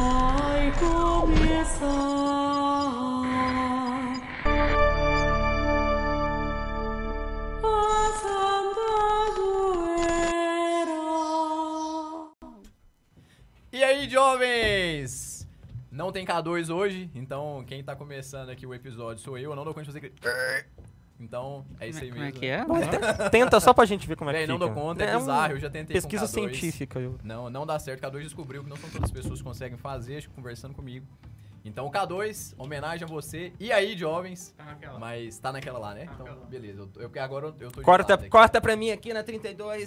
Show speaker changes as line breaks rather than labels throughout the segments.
vai começar. A Santa Zoeira.
E aí, jovens? Não tem K2 hoje, então quem tá começando aqui o episódio sou eu, eu não dou conta de fazer aquele- Então, é isso aí
Como
mesmo.
é que é?
Tenta só pra gente ver como é que
Véi, não
fica.
dou conta, é,
um-
bizarro, eu já tentei com
Pesquisa
K2.
científica. eu-
Não, não dá certo. K2 descobriu que não são todas as pessoas que conseguem fazer, acho que conversando comigo. Então, K2, homenagem a você. E aí, jovens? Mas tá naquela lá, né? Então, beleza. Eu, tô- eu, agora eu- eu tô de lado
Corta,
aqui.
corta pra mim aqui na 32,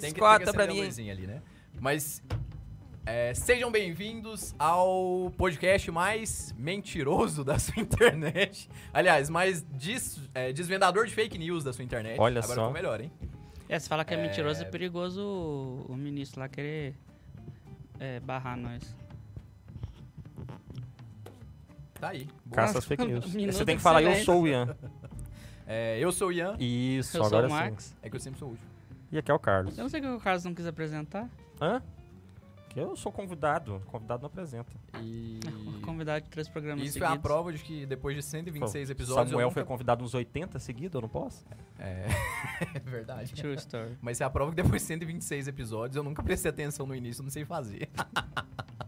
Tem que, tem que
corta
acender
pra
a
mim.
luzinha ali, né? Mas é, sejam bem-vindos ao podcast mais mentiroso da sua internet. Aliás, mais des- é, desvendador de fake news da sua internet.
Olha
Agora
só.
ficou melhor, hein?
É, você fala que é, mentiroso e perigoso o, o ministro lá querer é, barrar nós.
Tá aí. Boa.
Caça as fake news.
Minuto
Você tem que
de
falar, eu
silêncio.
sou o Ian.
É, eu sou o Ian,
Isso,
Eu sou
agora
o
sim.
Max.
é que eu sempre sou o último.
E aqui é o Carlos.
Eu não sei o que o Carlos não quis apresentar.
Hã? Que eu sou convidado. Convidado não apresenta.
E
né? O convidado de três programas
isso é
seguidos.
a prova de que depois de 126 episódios
Samuel
eu
foi
nunca...
convidado uns 80 seguidos, eu não posso?
É, é verdade.
True story.
Mas você aprova que depois de 126 episódios eu nunca prestei atenção no início, não sei fazer.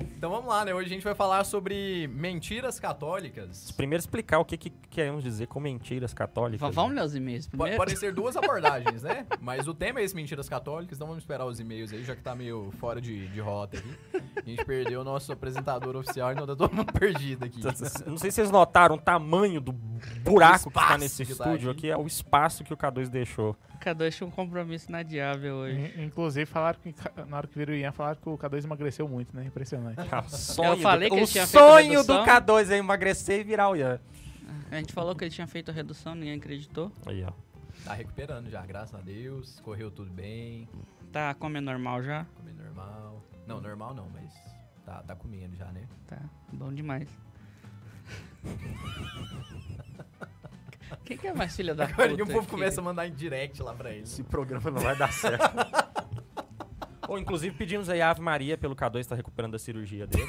então vamos lá, né? Hoje a gente vai falar sobre mentiras católicas.
Primeiro explicar o que, que queremos dizer com mentiras católicas.
Va- Vamos ler os e-mails
Po-
primeiro?
Podem ser duas abordagens, né? Mas o tema é esse, mentiras católicas, então vamos esperar os e-mails aí, já que tá meio fora de, de rota aqui. A gente perdeu o nosso apresentador oficial, então tá todo mundo perdido aqui.
Tá.
Não sei se Então, vocês notaram o tamanho do buraco que está
espaço
nesse
que tá
estúdio
aqui.
aqui, é o espaço que o K2 deixou.
O K2 tinha um compromisso inadiável hoje.
In- Inclusive, falaram que ca- na hora que viram o Ian, falaram que o K2 emagreceu muito, né? Impressionante.
Ah, o sonho
falei
do,
que
o
ele tinha feito
sonho do
redução.
K2 é emagrecer e virar o Ian.
A gente falou que ele tinha feito a redução, ninguém acreditou.
Aí, ó.
Tá recuperando já, graças a Deus. Correu tudo bem,
Tá comendo normal já?
comendo normal. Não, normal não, mas tá, tá comendo já, né?
Tá, bom demais. Quem que é mais filha da puta?
Agora que o povo
aqui?
começa a mandar em direct lá pra eles.
Esse programa não vai dar certo. Ou, inclusive, pedimos aí a Ave Maria pelo K2 tá recuperando a cirurgia dele.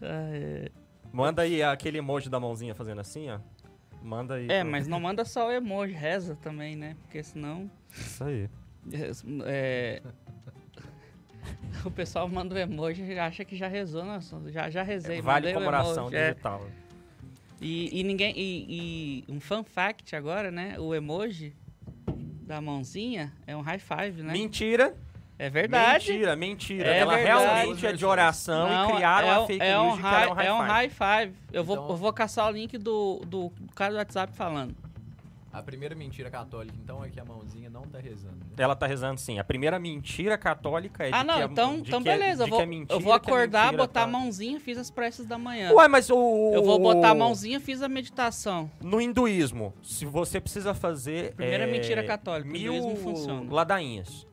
Ah,
Manda aí aquele emoji da mãozinha fazendo assim, ó. Manda aí.
É,
pro-
mas não manda só o emoji, reza também, né? Porque senão.
Isso aí.
é, o pessoal manda o emoji e acha que já rezou, nossa, já, já rezei.
vale
mandei o
como oração
emoji, é.
digital.
E, e ninguém. E, e um fun fact agora, né? O emoji da mãozinha é um high five, né?
Mentira.
É verdade.
Mentira, mentira.
É
Ela
verdade.
realmente é de oração e criaram
é
a
um-
fake
é
news
um
de que era um
high, é um
high five.
high five. Eu, vou,
Então-
eu vou caçar o link do, do cara do WhatsApp falando.
A primeira mentira católica, então, é que a mãozinha não tá rezando. né?
Ela tá rezando sim. A primeira mentira católica é de
ah, não,
que é-
então,
de
então
que é-
beleza.
de
eu, vou,
que é mentira,
eu vou
que é
acordar,
mentira,
botar a
tá?
mãozinha, fiz as preces da manhã.
Ué, mas o.
Eu vou botar a mãozinha, fiz a meditação.
No hinduísmo, se você precisa fazer.
Primeira
é,
mentira católica, o hinduísmo
Mil
funciona.
ladainhas.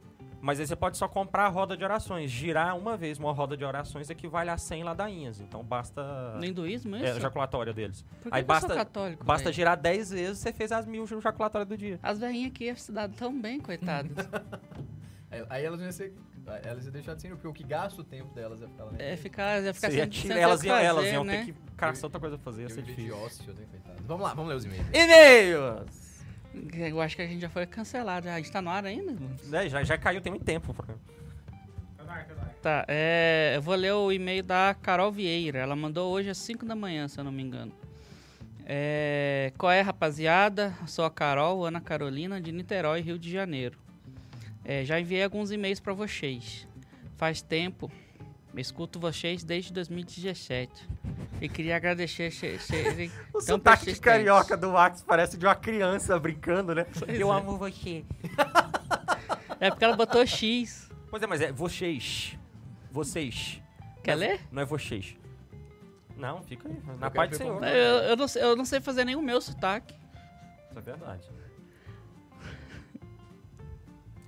Mas aí você pode só comprar a roda de orações. Girar uma vez uma roda de orações equivale a 100 ladainhas. Então basta.
No hinduísmo, isso? é
É, jaculatória deles.
Por que
aí
que
basta-
eu sou católico,
Basta
velho?
girar 10 vezes, você fez as mil jaculatórias do dia.
As velhinhas aqui se dão tão bem, coitadas.
Aí- Aí elas iam ser. Elas iam deixar de ser, porque o que gasta o tempo delas é ficar lá. né?
é, ficar, ia ficar
Você ia
sem,
tirar-
sem ter o
elas
que
iam,
fazer,
elas iam
né?
ter que caçar outra coisa pra fazer.
Eu
ia ser
vivi de
difícil.
ócio, né, coitado? Vamos lá, vamos ler os e-mails.
E-mails!
Eu acho que a gente já foi cancelado. A gente tá no ar ainda?
Né, já, já caiu, tem muito tempo. o programa.
Tá, é, eu vou ler o e-mail da Carol Vieira. Ela mandou hoje às 5 da manhã, se eu não me engano. É, qual é, rapaziada? Sou a Carol, Ana Carolina, de Niterói, Rio de Janeiro. É, já enviei alguns e-mails para vocês. Faz tempo. Escuto vocês desde 2017. E queria agradecer. che- che-
O
tão
sotaque
persistentes.
carioca do Max parece de uma criança brincando, né? Eu amo você.
É porque ela botou X.
Pois é, mas é vocês. Vocês.
Quer
Não é-
ler?
Não é vocês. Não, fica aí. Na
quero
parte do
ver
Senhor.
como
Eu, eu não, sei- eu não sei fazer nem o meu sotaque.
Isso é verdade.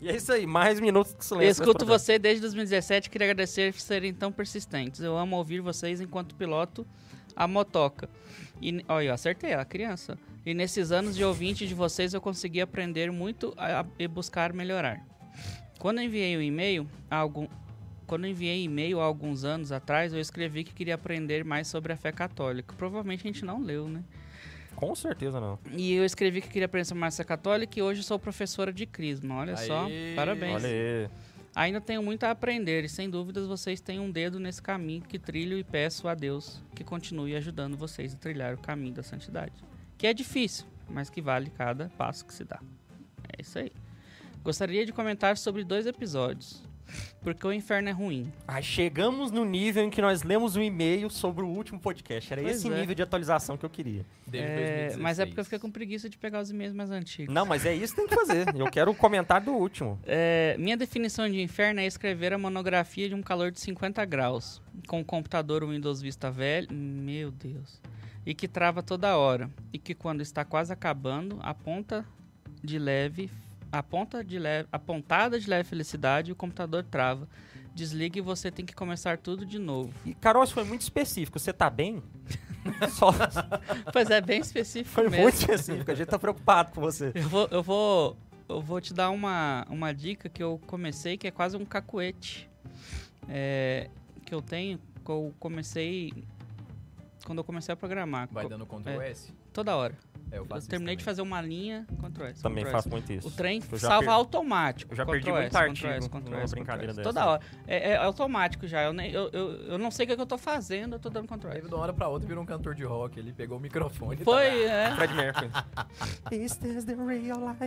E é isso aí, mais minutos de silêncio.
Eu
nesse
escuto
programa.
você desde 2017, queria agradecer por serem tão persistentes. Eu amo ouvir vocês enquanto piloto a motoca. E, olha, eu acertei, a criança. E nesses anos de ouvinte de vocês, eu consegui aprender muito a- a- e buscar melhorar. Quando eu enviei o e-mail, há algum, quando eu enviei e-mail há alguns anos atrás, eu escrevi que queria aprender mais sobre a fé católica. Provavelmente a gente não leu, né?
Com certeza não.
E eu escrevi que queria aprender sobre mais a fé católica e hoje sou professora de crisma. Olha só,
Aí,
parabéns.
Olha aí.
Ainda tenho muito a aprender e sem dúvidas vocês têm um dedo nesse caminho que trilho e peço a Deus que continue ajudando vocês a trilhar o caminho da santidade. Que é difícil, mas que vale cada passo que se dá. É isso aí. Gostaria de comentar sobre dois episódios. Porque o inferno é ruim.
Ah, chegamos no nível em que nós lemos um e-mail sobre o último podcast. Era
Pois
esse
é.
nível de atualização que eu queria.
Desde
É,
2016.
mas é porque eu fiquei com preguiça de pegar os e-mails mais antigos.
Não, mas é isso que tem que fazer. Eu quero o comentário do último.
É, minha definição de inferno é escrever a monografia de um calor de 50 graus, com um computador Windows Vista velho, meu Deus, e que trava toda hora, e que quando está quase acabando, aponta de leve, aponta de leve, apontada de leve felicidade, o computador trava, desliga e você tem que começar tudo de novo.
E Carol, isso foi muito específico. Você tá bem? Só
Pois é, bem específico
foi
mesmo.
muito específico. A gente tá preocupado com você.
Eu vou, eu vou, eu vou te dar uma, uma dica que eu comecei, que é quase um cacuete. É, que eu tenho, que eu comecei quando eu comecei a programar.
Vai
co-
dando Ctrl
É.
S.
Toda hora.
É, eu
Eu
faço
terminei de
isso também.
fazer uma linha, Ctrl S.
Também
Ctrl S.
faço muito isso.
O trem
Eu já
salva
per-
automático.
eu já perdi
Ctrl S,
muito
Ctrl
artigo
S, Ctrl
numa
S, Ctrl
brincadeira
S.
dessa.
Toda hora. É, é automático já. Eu, nem, eu, eu, eu não sei o que, é que eu tô fazendo, eu tô dando Ctrl
Aí,
S.
de uma hora pra outra, virou um cantor de rock. Ele pegou o microfone e tá
Foi, é.
Fred Mercury.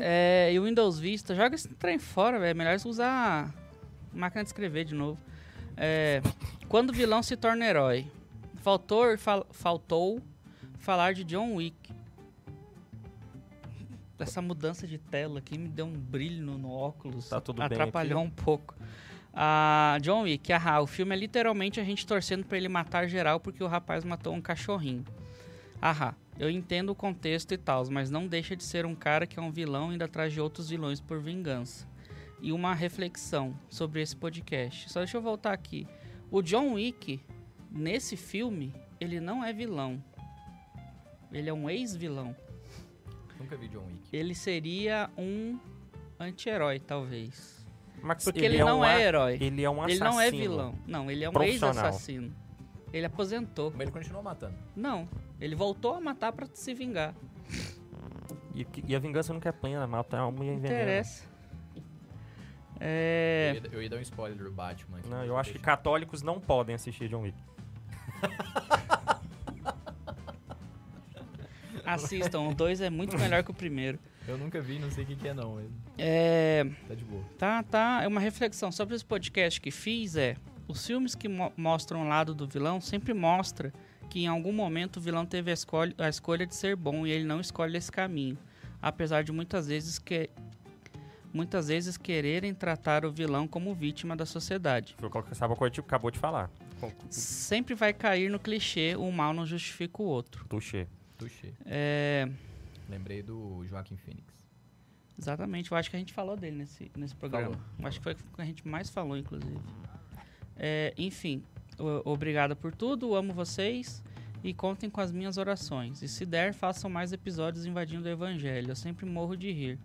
É, e o Windows Vista, joga esse trem fora, velho. É Melhor usar máquina de escrever de novo. É, quando o vilão se torna herói. Faltou, fal- faltou falar de John Wick. Essa mudança de tela aqui me deu um brilho no, no óculos.
Tá tudo bem
Atrapalhou um pouco. Ah, John Wick, ah, o filme é literalmente a gente torcendo pra ele matar geral porque o rapaz matou um cachorrinho. Ahá, eu entendo o contexto e tal, mas não deixa de ser um cara que é um vilão indo atrás de outros vilões por vingança. E uma reflexão sobre esse podcast. Só deixa eu voltar aqui. O John Wick, nesse filme, ele não é vilão. Ele é um ex-vilão.
tá. Nunca vi John Wick.
Ele seria um anti-herói, talvez.
Mas
Porque ele,
um
não
ar-
é herói.
Ele é um
Ele
assassino.
não é vilão. Não, ele é um
Profissional.
ex-assassino. Ele aposentou.
Mas ele continuou matando.
Não, ele voltou a matar pra se vingar.
E, que- e a vingança nunca é plena, mata a mulher
Não
envenena.
interessa. É,
Eu, ia, eu ia dar um spoiler do Batman. aqui,
Não,
mas
eu acho que
deixo.
católicos não podem assistir John Wick.
assistam, o dois é muito melhor que o primeiro.
Eu nunca vi, não sei o que, que é, não. mas
É,
Tá de boa.
tá, tá. É uma reflexão sobre esse podcast que fiz é os filmes que mo- mostram o lado do vilão sempre mostra que em algum momento o vilão teve a escolha, a escolha de ser bom e ele não escolhe esse caminho, apesar de muitas vezes que muitas vezes quererem tratar o vilão como vítima da sociedade.
Foi o que o Sabacoit acabou de falar. Com-
Sempre vai cair no clichê, um mal não justifica o outro.
Touché.
Tuxê.
É,
Lembrei do Joaquim Phoenix.
Exatamente, eu acho que a gente falou dele nesse, nesse programa. Eu acho que foi o que a gente mais falou, inclusive. É, enfim, o- obrigado por tudo, amo vocês e contem com as minhas orações. E se der, façam mais episódios invadindo o evangelho, eu sempre morro de rir.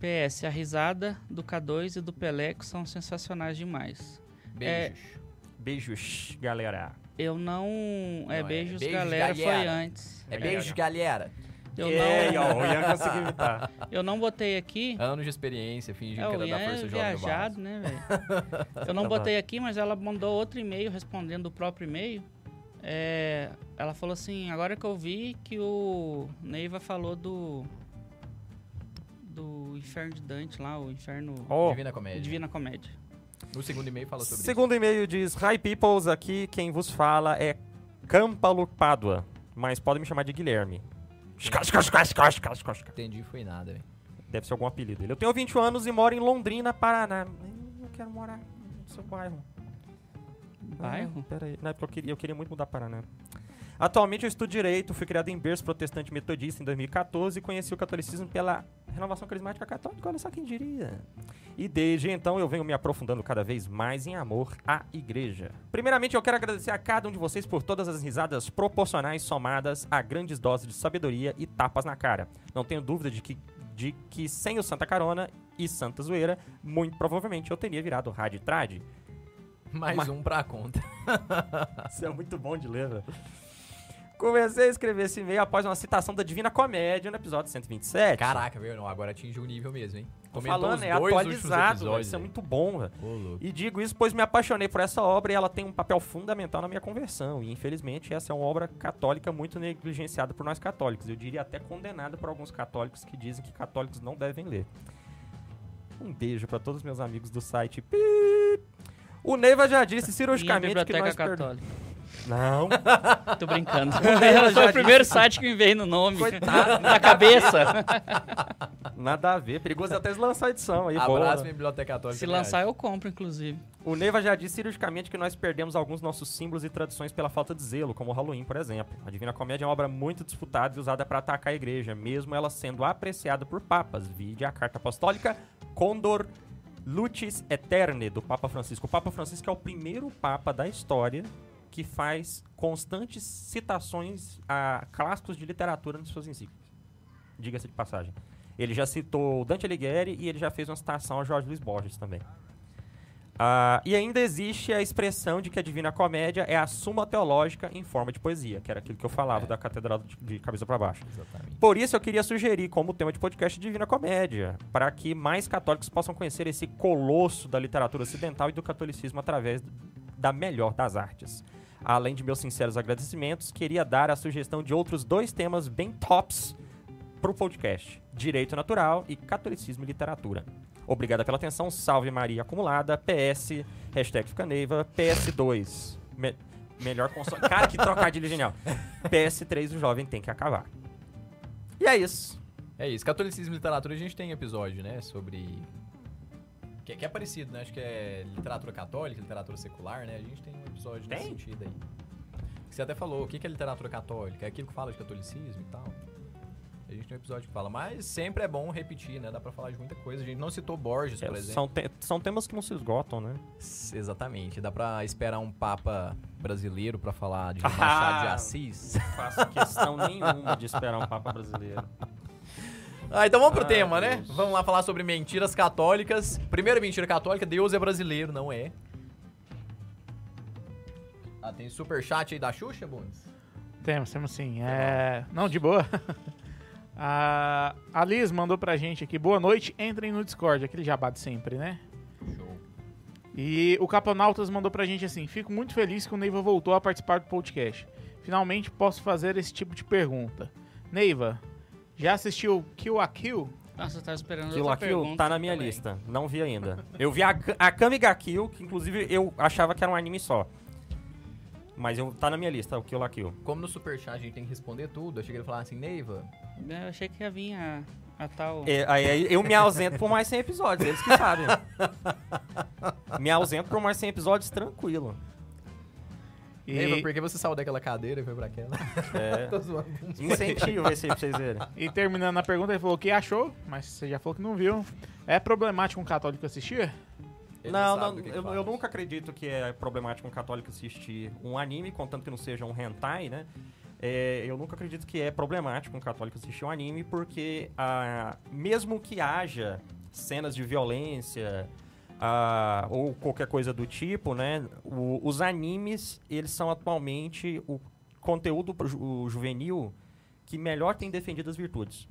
PS, a risada do K2 e do Peleco são sensacionais demais. É.
Beijos.
Beijos, galera.
Eu não. É,
Não, é
beijos,
beijos,
galera, foi
galera.
antes.
É, beijos, galera.
Eu,
É,
não,
ó, o Ian conseguiu imitar.
eu não botei aqui.
Anos de experiência, fingindo
É,
que
o
era
Ian
da
é
Força Jovem do
viajado,
Barros.
né, velho? Eu não
Tá bom.
botei aqui, mas ela mandou outro e-mail respondendo o próprio e-mail. É, ela falou assim: agora que eu vi que o Neiva falou do. do Inferno de Dante lá, o Inferno.
Ó,
Divina Comédia.
Divina Comédia.
No segundo e-mail fala sobre
Segundo e-mail diz: Hi peoples, aqui quem vos fala é Campalo Pádua, mas podem me chamar de Guilherme. Esca, esca, esca, esca, esca, esca, esca.
isso. Entendi, foi nada, velho.
Deve ser algum apelido dele. Eu tenho 21 anos e moro em Londrina, Paraná. Hum, Eu quero morar no seu bairro.
Bairro?
Ah, Pera aí. Não, porque eu queria, eu queria muito mudar para Paraná. Atualmente eu estudo direito, fui criado em berço protestante metodista em 2014 e conheci o catolicismo pela renovação carismática católica, olha só quem diria. E desde então eu venho me aprofundando cada vez mais em amor à igreja. Primeiramente eu quero agradecer a cada um de vocês por todas as risadas proporcionais somadas a grandes doses de sabedoria e tapas na cara. Não tenho dúvida de que, de que sem o Santa Carona e Santa Zoeira, muito provavelmente eu teria virado rádio trad.
Mais um pra conta.
Isso é muito bom de ler, velho. Comecei a escrever esse e-mail após uma citação da Divina Comédia no episódio 127.
Caraca, viu? Não, agora atingiu o nível mesmo, hein?
Tô
Comentou
falando,
os
é
dois
atualizado, velho.
últimos
Isso é
episódios,
muito bom, velho.
hein? Ô, louco.
E digo isso pois me apaixonei por essa obra e ela tem um papel fundamental na minha conversão. E infelizmente essa é uma obra católica muito negligenciada por nós católicos. Eu diria até condenada por alguns católicos que dizem que católicos não devem ler. Um beijo para todos os meus amigos do site. Pi! O Neiva já disse
Minha
cirurgicamente que
biblioteca
nós per-
católica.
Não,
Tô brincando.
Ela
Foi
já
o primeiro site que me veio no nome. Na cabeça.
nada a ver. Perigoso é até lançar a edição aí. boa.
Abraço, minha biblioteca católica.
Se
aliás.
lançar, eu compro, inclusive.
O Neiva já disse cirurgicamente que nós perdemos alguns nossos símbolos e tradições pela falta de zelo, como o Halloween, por exemplo. A Divina Comédia é uma obra muito disputada e usada para atacar a igreja, mesmo ela sendo apreciada por papas. Vide a carta apostólica Condor Lutis Eterne, do Papa Francisco. O Papa Francisco é o primeiro papa da história que faz constantes citações a clássicos de literatura nas suas encíclicas. Diga-se de passagem. Ele já citou Dante Alighieri e ele já fez uma citação a Jorge Luiz Borges também. Ah, e ainda existe a expressão de que a Divina Comédia é a suma teológica em forma de poesia, que era aquilo que eu falava
É.
da Catedral de- de Cabeça para Baixo.
Exatamente.
Por isso eu queria sugerir como tema de podcast Divina Comédia, para que mais católicos possam conhecer esse colosso da literatura ocidental e do catolicismo através da melhor das artes. Além de meus sinceros agradecimentos, queria dar a sugestão de outros dois temas bem tops para o podcast: Direito Natural e Catolicismo e Literatura. Obrigada pela atenção, salve Maria acumulada, PS, hashtag fica Neiva, PS2. me- melhor console. Cara, que trocadilho genial. PS3 o jovem tem que acabar. E é isso.
É isso. Catolicismo e literatura, a gente tem episódio, né? Sobre. Que, que é parecido, né? Acho que é literatura católica, literatura secular, né? A gente tem um episódio nesse
Tem?
sentido aí. Que você até falou, o que que é literatura católica? É aquilo que fala de catolicismo e tal. A gente tem um episódio que fala, mas sempre é bom repetir, né? Dá pra falar de muita coisa. A gente não citou Borges, por
É,
exemplo.
são, te- são temas que não se esgotam, né?
S- Exatamente. Dá pra esperar um papa brasileiro pra falar de Machado de
Ah.
Assis.
Faço questão nenhuma de esperar um Papa brasileiro.
Ah, então vamos pro
Ah,
tema,
Deus.
né? Vamos lá falar sobre mentiras católicas. Primeira mentira católica, Deus é brasileiro, não é? Ah, tem superchat aí da Xuxa, Bones?
Temos, temos sim. É... Não, de boa. A a Liz mandou pra gente aqui. Boa noite, entrem no Discord. Aquele jabá de sempre, né?
Show.
E o Caponautas mandou pra gente assim: Fico muito feliz que o Neiva voltou a participar do podcast. Finalmente posso fazer esse tipo de pergunta. Neiva, já assistiu Kill a Kill?
Nossa, eu tava esperando
Kill
outra
la Kill
pergunta
tá na minha
também.
lista. Não vi ainda. Eu vi a, Ka- a Kamiga Kill, que inclusive eu achava que era um anime só. Mas eu, tá na minha lista, o Kill la Kill.
Como no superchat a gente tem que responder tudo, eu cheguei a falar assim, Neiva,
Eu achei que ia vir a, a tal...
É, aí- aí eu me ausento por mais 100 episódios, eles que sabem. me ausento por mais 100 episódios tranquilo.
Neiva,
E,
por que você saiu daquela cadeira e foi pra aquela?
É.
Tô zoando.
Incentivo esse aí pra vocês verem.
e terminando a pergunta, ele falou que achou, mas você já falou que não viu. É problemático um católico assistir?
Ele
não,
sabe
não,
do que que
eu,
fala.
eu nunca acredito que é problemático um católico assistir um anime, contanto que não seja um hentai, né? É, eu nunca acredito que é problemático um católico assistir um anime, porque ah, mesmo que haja cenas de violência ah, ou qualquer coisa do tipo, né? o- os animes, eles são atualmente o conteúdo pro ju- o juvenil que melhor tem defendido as virtudes.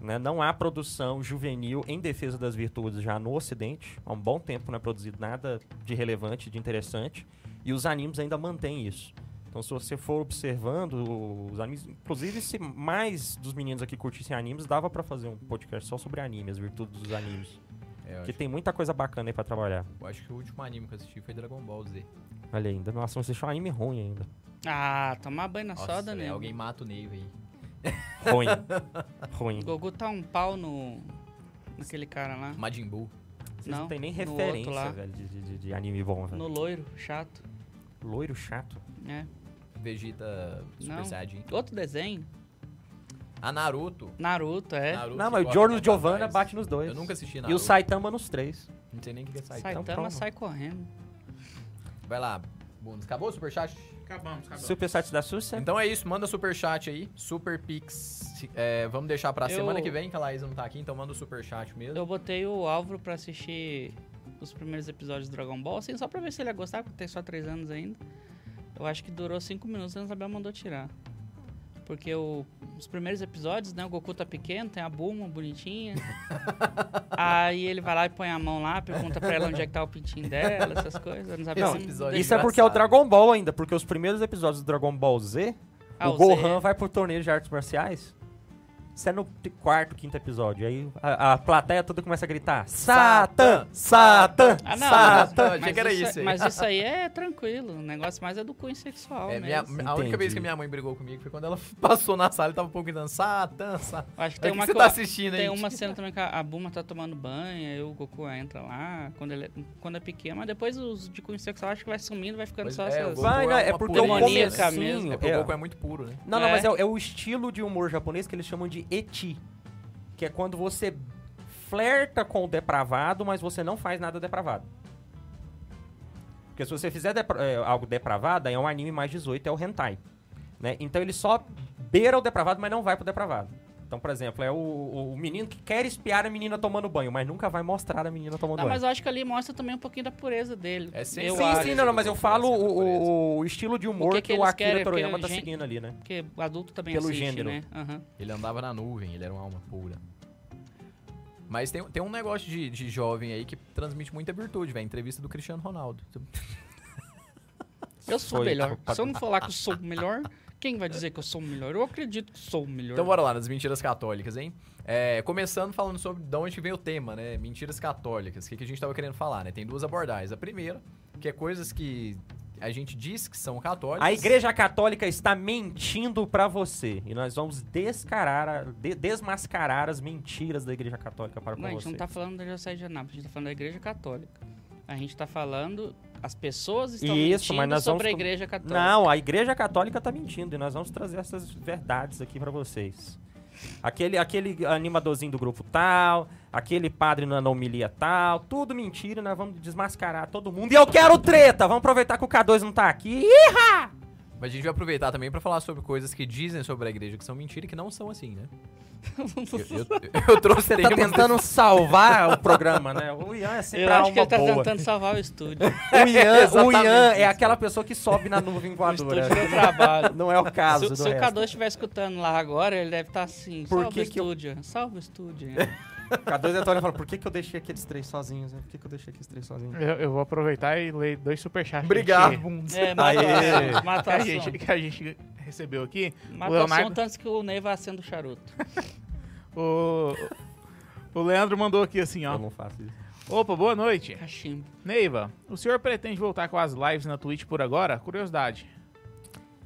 né? Não há produção juvenil em defesa das virtudes já no Ocidente. Há um bom tempo não é produzido nada de relevante, de interessante. E os animes ainda mantêm isso. Então, se você for observando os animes, inclusive se mais dos meninos aqui curtissem animes, dava pra fazer um podcast só sobre anime, as virtudes dos animes.
É, eu,
Porque
acho,
tem muita coisa bacana aí pra trabalhar.
eu acho que o último anime que eu assisti foi Dragon Ball Z.
Olha aí, ainda, nossa, você achou um anime ruim ainda.
Ah, tomar banho na
Nossa,
soda,
velho,
né?
alguém mata o Neiva aí.
Ruim. ruim.
Gogu tá um pau no... Naquele cara lá.
Majin Buu.
Vocês não,
Não,
tem nem
no outro
referência,
lá.
velho, de, de- de- de anime bom, velho.
No loiro, chato.
Loiro chato.
né?
Vegeta Super
Não.
Saiyajin.
Outro desenho.
A Naruto.
Naruto, é.
Naruto
Não, mas o
igual
Giorno
a
Giovanna
Satanás.
bate nos dois.
Eu nunca assisti
E
Naruto.
o Saitama nos três.
Não sei nem o que é Saitama.
Saitama
pronto.
sai correndo.
Vai lá, Bundes. Acabou o superchat?
Acabamos, acabamos.
Super Saiyan da
Tá.
Sussa.
Então é isso, manda superchat aí. Super Pix. É, vamos deixar pra
Eu-
semana que vem, que a Laísa não tá aqui, então manda o superchat mesmo.
Eu botei o Álvaro pra assistir os primeiros episódios de Dragon Ball, assim, só pra ver se ele ia gostar, porque tem só três anos ainda. Eu acho que durou cinco minutos e o Isabel mandou tirar. Porque o- os primeiros episódios, né? O Goku tá pequeno, tem a Bulma bonitinha. Aí ele vai lá e põe a mão lá, pergunta pra ela onde é que tá o pintinho dela, essas coisas. Isabel
Esse
não
episódio
deixa-
Isso
Isso
é
é porque é o
engraçado.
Dragon Ball ainda, porque os primeiros episódios do Dragon Ball Z,
Ah,
o
Zé-
Gohan vai pro torneio de artes marciais. Isso é no t- quarto, quinto episódio. Aí a, a plateia toda começa a gritar: Satã! Satã!
Ah, não.
Satã!
Achei que era isso aí.
mas isso aí é tranquilo. O negócio mais é do cunho sexual
É,
mesmo.
minha- a única
Entendi.
vez que minha mãe brigou comigo foi quando ela passou na sala e tava um pouco gritando, Satã, Satã.
Eu Acho que
Olha
tem
o que
uma
você
co-
tá assistindo aí.
Tem uma cena também que a a Bulma tá tomando banho, aí o Goku entra lá, quando, ele é, quando é pequeno, mas depois os de cunho sexual acho que vai sumindo, vai ficando
Pois
só
é, o
essas... Ah,
Goku-
Vai, não, é
uma
porque o
pureza.
comecinho...
É porque
é-
o Goku é muito puro, né?
Não, não,
É.
mas é, o- é o estilo de humor japonês que eles chamam de eti. Que é quando você flerta com o depravado, mas você não faz nada depravado. Porque se você fizer depra- é, algo depravado, aí é um anime mais 18, é o hentai. Né? Então ele só beira o depravado, mas não vai pro depravado. Então, por exemplo, é o, o- o menino que quer espiar a menina tomando banho, mas nunca vai mostrar a menina tomando
Não,
banho.
mas eu acho que ali mostra também um pouquinho da pureza dele.
É sem-
eu
sem-
Sim,
acho,
sim, não, não, mas eu falo o, o- o estilo de humor
que
que,
que
o
eles
Akira
querem? Porque
Toriyama tá
gen-
seguindo ali, né?
porque adulto também
Pelo
assiste,
gênero.
né? Aham.
Ele andava na nuvem, ele era uma alma pura. Mas tem, tem um negócio de, de jovem aí que transmite muita virtude, velho. Entrevista do Cristiano Ronaldo.
Eu sou o
Foi
melhor.
culpa-
Se eu não falar que eu sou o melhor, quem vai dizer que eu sou o melhor? Eu acredito que sou o melhor.
Então bora lá, nas mentiras católicas, hein? É, começando falando sobre de onde que veio o tema, né? Mentiras católicas. O que, que a gente tava querendo falar, né? Tem duas abordagens. A primeira, que é coisas que a gente diz que são católicas.
A Igreja Católica está mentindo pra você. E nós vamos descarar a- de- desmascarar as mentiras da Igreja Católica para com
Não, a gente
você.
não tá falando da Diocese de Anápolis, a gente tá falando da Igreja Católica. A gente tá falando... As pessoas estão
Isso,
mentindo
mas nós
sobre a
vamos com-
Igreja Católica.
Não, a Igreja Católica tá mentindo e nós vamos trazer essas verdades aqui pra vocês. Aquele, aquele animadorzinho do grupo tal, aquele padre na na homilia tal, tudo mentira, nós vamos desmascarar todo mundo. E eu quero treta! Vamos aproveitar que o K2 não tá aqui.
Mas a gente vai aproveitar também pra falar sobre coisas que dizem sobre a igreja que são mentira e que não são assim, né? Eu, eu- eu trouxe um
Você tá
temas-
tentando salvar o programa, né? O Ian é sempre
Eu
a
acho que
alma
ele tá
boa.
tentando salvar o estúdio.
O Um Ian, o
Exatamente
Ian é
isso.
aquela pessoa que sobe na nuvem
o estúdio
voadora.
deu trabalho.
Não é o caso
se
do
se o
resto.
K2 estiver escutando lá agora, ele deve estar assim,
Por que
salva o
que eu-
estúdio, salva o estúdio.
O K2 é e fala, por que, que eu deixei aqueles três sozinhos? né? Por que, que eu deixei aqueles três sozinhos?
Eu, eu vou aproveitar e ler dois superchats.
Obrigado,
Que,
bundes.
É, mata o
Aê.
assunto, mata
que,
o
a gente,
assunto.
que a gente recebeu aqui.
Mata o
Leonardo-
assunto antes que o Ney vá acenda o charuto.
tá- O, o Leandro mandou aqui assim,
Eu
ó.
não faço isso.
Opa, boa noite.
Cachimbo.
Neiva, o senhor pretende voltar com as lives na Twitch por agora? Curiosidade.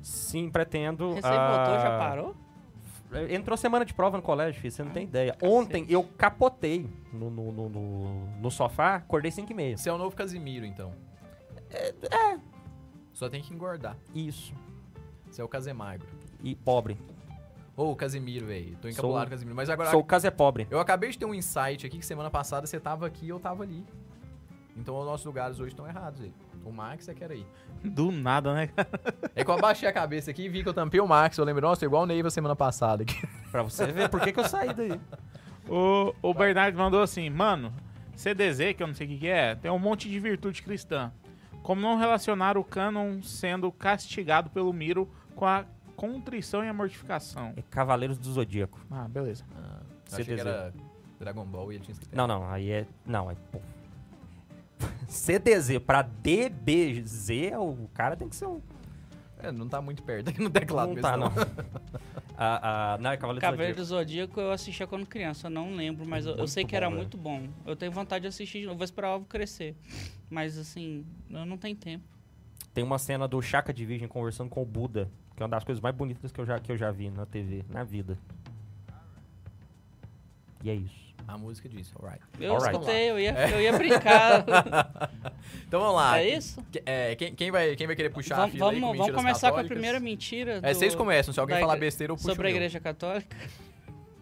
Sim, pretendo.
Recém
ah,
voltou, já parou?
Entrou semana de prova no colégio, filho, você não tem ideia. Ontem eu capotei no, no, no, no- no sofá, acordei 5 e meia.
Você é o novo Casimiro, então. É.
é.
Só tem que engordar.
Isso.
Você é o Casemagro.
E pobre.
Ô, Casimiro, velho. Tô
Sou- um
encabulado, com o Casimiro. Mas agora,
Sou o caso é pobre.
eu acabei de ter um insight aqui que semana passada você tava aqui e eu tava ali. Então os nossos lugares hoje estão errados, velho. O Max é que era aí.
Do nada, né?
É que eu abaixei a cabeça aqui e vi que eu tampei o Max. Eu lembro, nossa, igual o Neiva semana passada. aqui.
Pra você ver por que, que eu saí daí.
O, o Bernardo mandou assim, mano, CDZ, que eu não sei o que, que é, tem um monte de virtude cristã. Como não relacionar o cânon sendo castigado pelo Miro com a contrição e a mortificação?
É Cavaleiros do Zodíaco.
Ah, beleza.
Ah, eu
CDZ.
achei que era Dragon Ball e ele tinha escrito.
Não, não, aí é. Não, é. Pô. CDZ pra DBZ, o cara tem que ser um.
É, não tá muito perto aqui no teclado
não
mesmo.
tá, não. ah, ah, não, é Cavaleiro,
Cavaleiro
do
do Zodíaco eu assistia quando criança, eu não lembro, mas eu, eu
Muito
sei que
bom,
era
velho.
muito bom. Eu tenho vontade de assistir de novo, vou esperar o alvo crescer. Mas assim, eu não tenho tempo.
Zodíaco. Tem uma cena do Chaka de Virgem conversando com o Buda, que é uma das coisas mais bonitas que eu já, que eu já vi na TV, na vida. E é isso.
A música disso, alright.
Eu
Alright.
escutei, eu ia, eu ia brincar.
Então vamos lá.
é isso?
Que- é, quem, quem vai, quem vai querer puxar a
Vamos,
fila aí
vamos,
com
vamos
mentiras
começar com a
católicas?
primeira mentira.
É,
do-
vocês começam. Se alguém
da
falar
igre-
besteira, eu puxo
Sobre a
o meu.
Igreja Católica.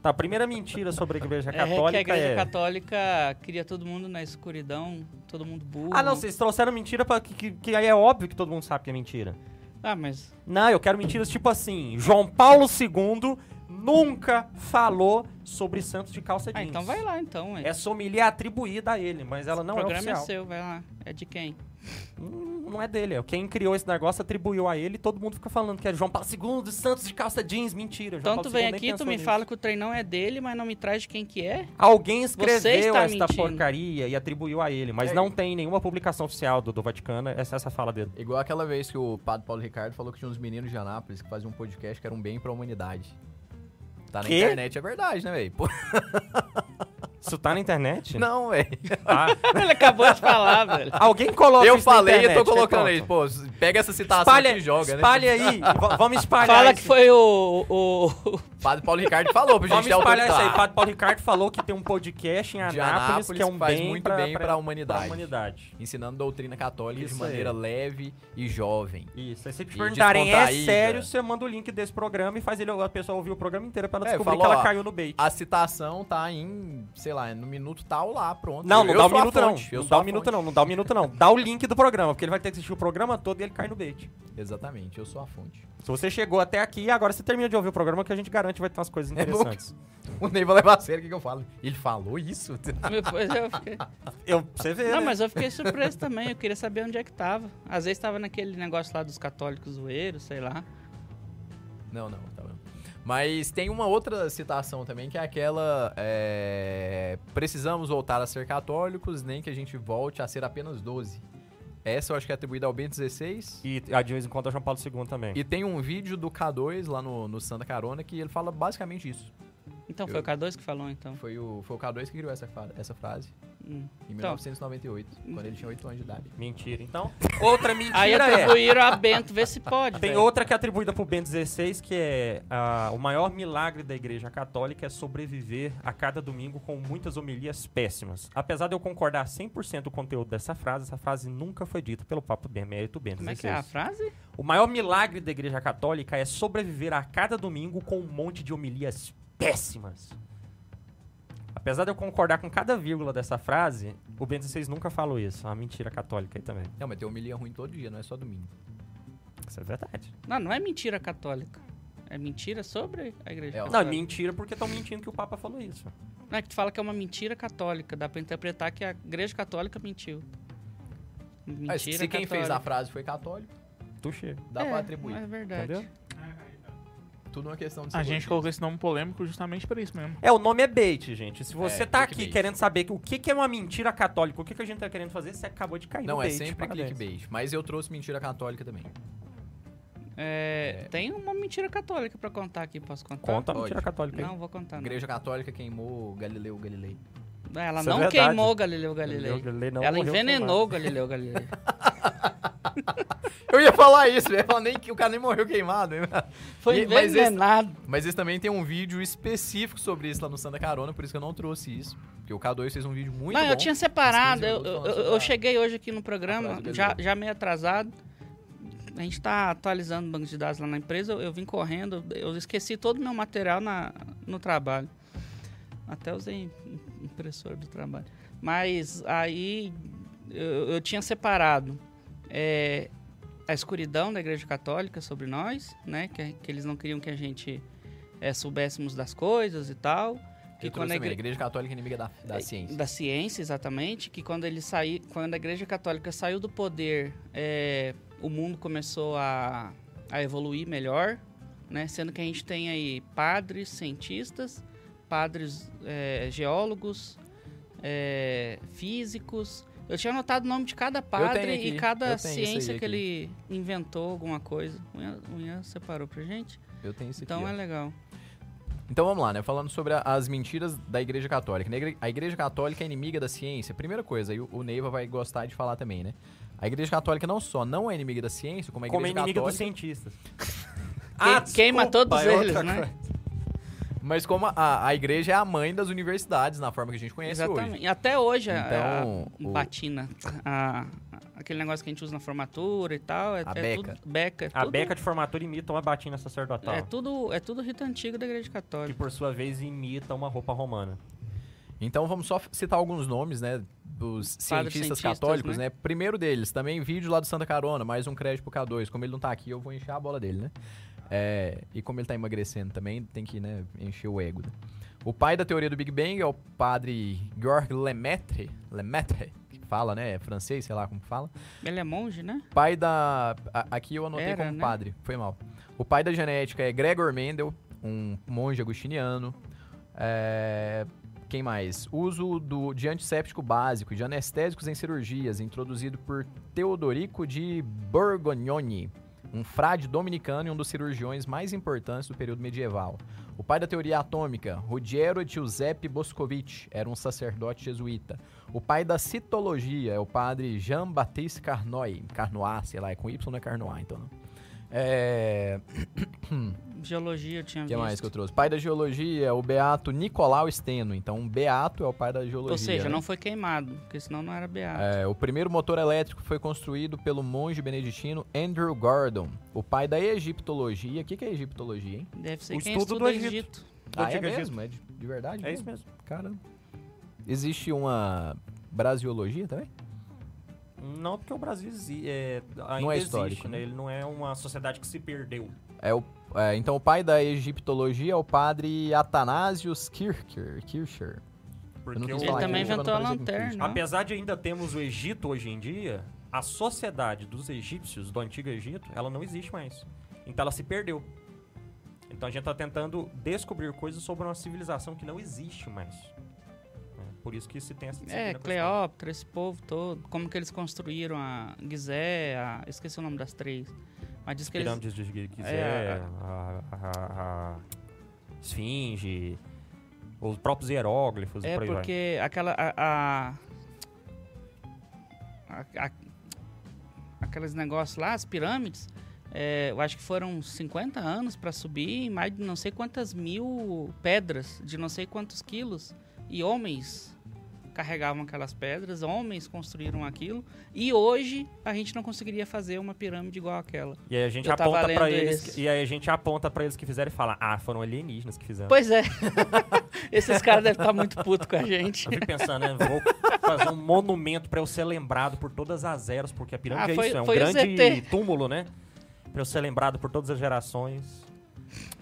Tá, a primeira mentira sobre a Igreja
É que
Católica
a
é.
Igreja Católica cria todo mundo na escuridão, todo mundo burro.
Ah, não, vocês trouxeram mentira pra que, que, que aí é óbvio que todo mundo sabe que é mentira.
Ah, mas
Não, eu quero mentiras tipo assim: João Paulo II nunca falou sobre Santos de calça
Ah,
jeans.
então vai lá, então. ué.
Essa homilia é atribuída a ele, mas ela não
o
é
programa é,
oficial.
seu, vai lá. É de quem?
Hum, Não é dele. é Quem criou esse negócio atribuiu a ele e todo mundo fica falando que é João Paulo II, Santos de calça jeans. Mentira. João
Então
Paulo
tu vem
II nem
aqui, tu
pensou
me
nisso.
fala que o trem não é dele, mas não me traz de quem que é?
Alguém escreveu
está
esta
mentindo.
porcaria e atribuiu a ele, mas
É.
não tem nenhuma publicação oficial do, do Vaticano essa, essa fala dele.
Igual aquela vez que o padre Paulo Ricardo falou que tinha uns meninos de Anápolis que faziam um podcast que era um bem pra humanidade. Tá na
Quê?
internet, é verdade, né, velho? Pô,
Isso tá na internet?
Não, velho.
Ah,
Ele acabou de falar, velho.
alguém coloca
Eu
isso na
falei, eu tô
internet,
colocando
aí,
aí.
pronto.
Pô, pega essa citação
Espalha,
aqui e Tá, joga,
espalha
né?
aí. V- vamos espalhar
Fala
isso.
que foi o. o- o-
O padre Paulo Ricardo falou pra gente
Vamos
ter
espalhar isso aí.
autoridade.
Padre Paulo Ricardo falou que tem um podcast em
De
Anápolis,
Anápolis,
que é um
faz
bem
muito
pra,
bem pra,
pra
humanidade.
humanidade.
Ensinando doutrina católica
Isso
de maneira
aí.
leve e jovem.
Isso, aí se te
E
perguntarem, é
descontraída.
sério, você manda o link desse programa e faz ele, a pessoa ouvir o programa inteiro pra ela
É,
descobrir
falou,
que ela
ó,
caiu no bait.
A citação tá em, sei lá, no minuto tal lá, pronto.
Não, não
Eu
dá o
sou a
minuto não.
fonte, eu
Não
sou
dá um
a
o minuto
fonte.
não, não dá o minuto não. Dá o link do programa, porque ele vai ter que assistir o programa todo e ele cai no bait.
Exatamente, eu sou a fonte.
Se você chegou até aqui, agora você termina de ouvir o programa que a gente garante vai ter umas coisas
É bom
interessantes.
O Ney vai levar a sério o que, que eu falo. Ele falou isso?
Depois eu fiquei...
Eu, pra você vê,
Não,
né?
mas eu fiquei surpreso também. Eu queria saber onde é que tava. Às vezes tava naquele negócio lá dos católicos zoeiros, sei lá.
Não, não, tá bom. Mas tem uma outra citação também, que é aquela. é, Precisamos voltar a ser católicos, nem que a gente volte a ser apenas 12. Essa eu acho que é atribuída ao Bento XVI.
E a de vez em quando é João Paulo II também.
E tem um vídeo do K2 lá no, no Santa Carona que ele fala basicamente isso.
Então foi
Eu-
o K2 que falou, então.
Foi o, foi o K2 que criou essa, fa- essa frase
Hum.
em 1998, quando ele tinha 8 anos de idade.
Mentira, então. Outra
Aí
mentira é...
atribuíram a Bento, vê se pode.
Tem
velho.
outra que é atribuída pro Bento XVI, que é ah, o maior milagre da Igreja Católica é sobreviver a cada domingo com muitas homilias péssimas. Apesar de eu concordar 100% do conteúdo dessa frase, essa frase nunca foi dita pelo Papa Bemérito Bento
Como é
XVI.
que é a frase?
O maior milagre da Igreja Católica é sobreviver a cada domingo com um monte de homilias péssimas. Apesar de eu concordar com cada vírgula dessa frase, o Bento XVI nunca falou isso. É uma mentira católica aí também.
Não, mas tem homilia ruim todo dia, não é só domingo.
Isso é verdade.
Não, não é mentira católica. É mentira sobre a igreja
É, ó.
Não, é
católica.
mentira porque estão mentindo que o Papa falou isso.
Não, é que tu fala que é uma mentira católica. Dá pra interpretar que a igreja católica mentiu. Mentira
Mas Ah, se quem fez a
católica.
frase foi católico,
Tuxê.
dá
é,
pra atribuir.
É verdade.
Entendeu?
Tudo é uma questão de
A gente
simbologia.
colocou esse nome polêmico justamente pra isso mesmo.
É, o nome é bait, gente. Se você
É,
tá aqui
clickbait.
querendo saber que- o que, que é uma mentira católica, o que, que a gente tá querendo fazer, você acabou de cair
Não,
no
é
bait.
sempre
parabéns.
clickbait. Mas eu trouxe mentira católica também.
Tá É, Tem uma mentira católica pra contar aqui, posso contar?
Conta a
Pode.
mentira católica aí.
Não, vou contar. Não.
Igreja Católica queimou Galileu Galilei.
Ela
Isso é
não
verdade.
queimou Galileu Galilei.
Galileu Galilei não
Ela
morreu
envenenou Galileu Galilei.
Eu ia falar isso, eu ia falar nem que o cara nem morreu queimado. né?
Foi
E- mas esse-
envenenado.
Mas eles também tem um vídeo específico sobre isso lá no Santa Carona, por isso que eu não trouxe isso. Porque o K2 fez um vídeo muito
não,
bom.
eu tinha separado.
15
Eu,
minutos
eu-
falando
eu
sobre a-
cheguei hoje aqui no
a
programa,
frase do
já,
Galileu.
já meio atrasado. A gente tá atualizando o banco de dados lá na empresa. Eu, eu vim correndo, eu esqueci todo o meu material na, no trabalho. Até usei impressora do trabalho. Mas aí eu, eu tinha separado é, a escuridão da Igreja Católica sobre nós, né? Que, que eles não queriam que a gente é, soubéssemos das coisas e tal.
Eu trouxe
quando a
também,
igre-
Igreja Católica inimiga da, da
é,
ciência.
né, Da ciência, exatamente. Que quando ele saí, quando a Igreja Católica saiu do poder, é, o mundo começou a, a evoluir melhor, né? Sendo que a gente tem aí padres, cientistas, padres é, geólogos, é, físicos. Eu tinha anotado o nome de cada padre
tenho aqui,
e
eu tenho
cada
isso aí
ciência que
aqui.
ele inventou alguma coisa. O Ian- O Ian separou pra gente.
Eu tenho isso
Então
aqui. ó.
é legal.
Então vamos lá, né? Falando sobre a- as mentiras da Igreja Católica. né? A Igreja Católica é inimiga da ciência. Primeira coisa, e o, o Neiva vai gostar de falar também, né? A Igreja Católica não só não é inimiga da ciência, como a Igreja
Como é inimiga dos
Católica,
cientistas.
Ah,
queima
desculpa,
todos
é
eles,
outra
né?
coisa.
mas como a, a Igreja é a mãe das universidades, na forma que a gente conhece hoje.
E Até hoje,
é
a-
Então,
a
o-
batina, a- aquele negócio que a gente usa na formatura e tal, é,
A
é
beca.
tudo beca. É
A
tudo,
beca de formatura imita uma batina sacerdotal.
é tudo É tudo rito antigo da igreja
Que
católica.
por sua vez imita uma roupa romana.
Então vamos só citar alguns nomes, né? Dos cientistas,
cientistas,
católicos,
né?
né? Primeiro deles, também vídeo lá do Santa Carona, mais um crédito pro K2. Como ele não tá aqui, eu vou encher a bola dele, né? É, e como ele tá emagrecendo também, tem que né, encher o ego. né? O pai da teoria do Big Bang é o padre Georges Lemaitre, Lemaitre, que fala, né? É francês, sei lá como que fala.
Ele é monge, né?
Pai da. a- aqui eu anotei
Era,
como
né?
padre, foi mal. O pai da genética é Gregor Mendel, um monge agostiniano. É, quem mais? Uso do, de antisséptico básico e de anestésicos em cirurgias, introduzido por Teodorico de Borgognoni, um frade dominicano e um dos cirurgiões mais importantes do período medieval. O pai da teoria atômica, Ruggiero Giuseppe Boscovich, era um sacerdote jesuíta. O pai da citologia é o padre Jean-Baptiste Carnoy, Carnoy, sei lá, é com Y, não é Carnoy, então não. É...
Geologia eu tinha
O que
visto.
mais que eu trouxe? Pai da geologia, é o Beato Nicolau Steno. Então, um Beato é o pai da geologia.
Ou seja,
né?
não foi queimado, porque senão não era beato.
É, o primeiro motor elétrico foi construído pelo monge beneditino Andrew Gordon, o pai da egiptologia. O que, que é egiptologia, hein?
Deve ser
O
quem
estudo
estuda
do Egito.
Egito.
Do
ah, é
Antigo Egito.
mesmo? É de, de verdade?
É isso mesmo.
Caramba. Existe uma brasiologia também?
Não porque o Brasil exi- é, ainda
Não é
existe,
histórico,
né?
né?
Ele não é uma sociedade que se perdeu.
É o- é, então, o pai da egiptologia é o padre Atanasius Kircher. Kircher.
Porque
quis
o-
Eu
Ele
falar
também
que ele
inventou a
tava no Brasil,
lanterna. né?
Apesar de ainda termos o Egito hoje em dia, a sociedade dos egípcios, do antigo Egito, ela não existe mais. Então ela se perdeu. Então a gente tá tentando descobrir coisas sobre uma civilização que não existe mais. É, por isso que se tem essa
É,
disciplina cristã.
Cleópatra, esse povo todo. Como que eles construíram a Gizé, a... esqueci o nome das três. Mas diz que eles...
Pirâmides de Gizé,
É,
a, a- a- a Esfinge, os próprios hieróglifos e
É
por aí vai.
porque aquela... A, a- a- a- Aqueles negócios lá, as pirâmides, é, eu acho que foram 50 anos para subir e mais de não sei quantas mil pedras, de não sei quantos quilos. E homens carregavam aquelas pedras, homens construíram aquilo. E hoje a gente não conseguiria fazer uma pirâmide igual aquela.
E aí a gente
Eu tava
aponta pra
lendo
eles,
esse.
que- e aí a gente aponta para eles que fizeram e fala: "Ah, foram alienígenas que fizeram".
Pois é. Esses caras devem estar muito putos com a gente.
Eu fico pensando, né? Vou fazer um monumento pra eu ser lembrado por todas as eras, porque a pirâmide
Ah,
é
foi-
isso, é um
foi o
grande
ZT.
túmulo, né? Pra eu ser lembrado por todas as gerações.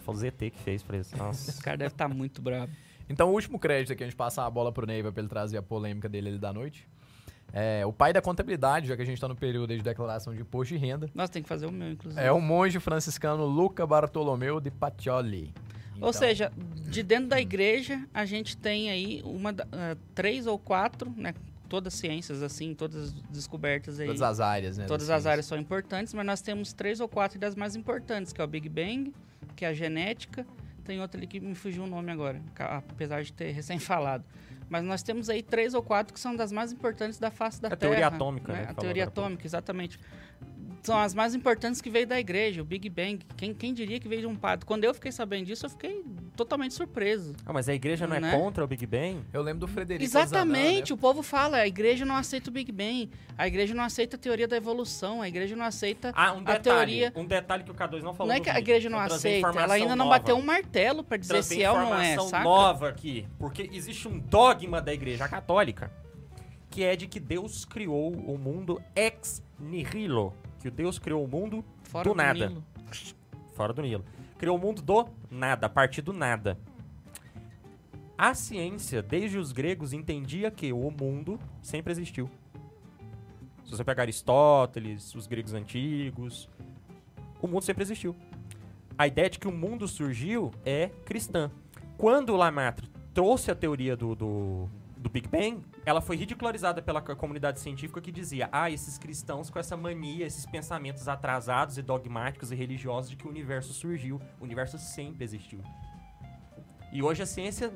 Foi o ZT que fez pra isso. Nossa.
Esse cara deve estar tá muito bravo.
Então, o último crédito aqui, a gente passar a bola pro Neiva pra ele trazer a polêmica dele ali da noite. É, o pai da contabilidade, já que a gente tá no período aí de declaração de imposto de renda,
Nossa, tem que fazer o meu, inclusive.
é o monge franciscano Luca Bartolomeu de Pacioli. Então,
Ou seja, de dentro da igreja, a gente tem aí uma, da- ah, três ou quatro, né? Todas ciências, assim, todas as descobertas aí.
todas as áreas,
É,
né?
Todas
das
as áreas são importantes, mas nós temos três ou quatro das mais importantes, que é o Big Bang, que é a genética, tem outra ali que me fugiu o nome agora, ca- apesar de ter recém falado. Mas nós temos aí três ou quatro que são das mais importantes da face da
É a
Terra.
teoria atômica, né, que
A
falou
teoria
agora há pouco.
atômica, exatamente. São as mais importantes que veio da igreja, o Big Bang. Quem, quem diria que veio de um padre? Quando eu fiquei sabendo disso, eu fiquei totalmente surpreso.
Ah, mas a igreja não é
Né?
contra o Big Bang?
Eu lembro do Frederico né,
Exatamente,
né?
o povo fala, a igreja não aceita o Big Bang, a igreja não aceita a teoria da evolução, a igreja não aceita
Ah, um
a
detalhe.
teoria
Um detalhe que o K2 não falou.
Não é
no
que a
vídeo.
igreja não
Eu trazer
aceita,
informação
ela ainda não
nova.
bateu um martelo pra dizer
Trazer
se é ou não é,
informação
saca?
nova aqui, porque existe um dogma da igreja católica que é de que Deus criou o mundo ex nihilo, que o Deus criou o mundo
Fora
do nada.
Nilo.
fora do Nilo. Criou o mundo do nada, a partir do nada. A ciência, desde os gregos, entendia que o mundo sempre existiu. Se você pegar Aristóteles, os gregos antigos, o mundo sempre existiu. A ideia de que o mundo surgiu é cristã. Quando o Lamatre trouxe a teoria do, do, do Big Bang, ela foi ridicularizada pela co- comunidade científica que dizia: ah, esses cristãos com essa mania, esses pensamentos atrasados e dogmáticos e religiosos de que o universo surgiu. O universo sempre existiu. E hoje a ciência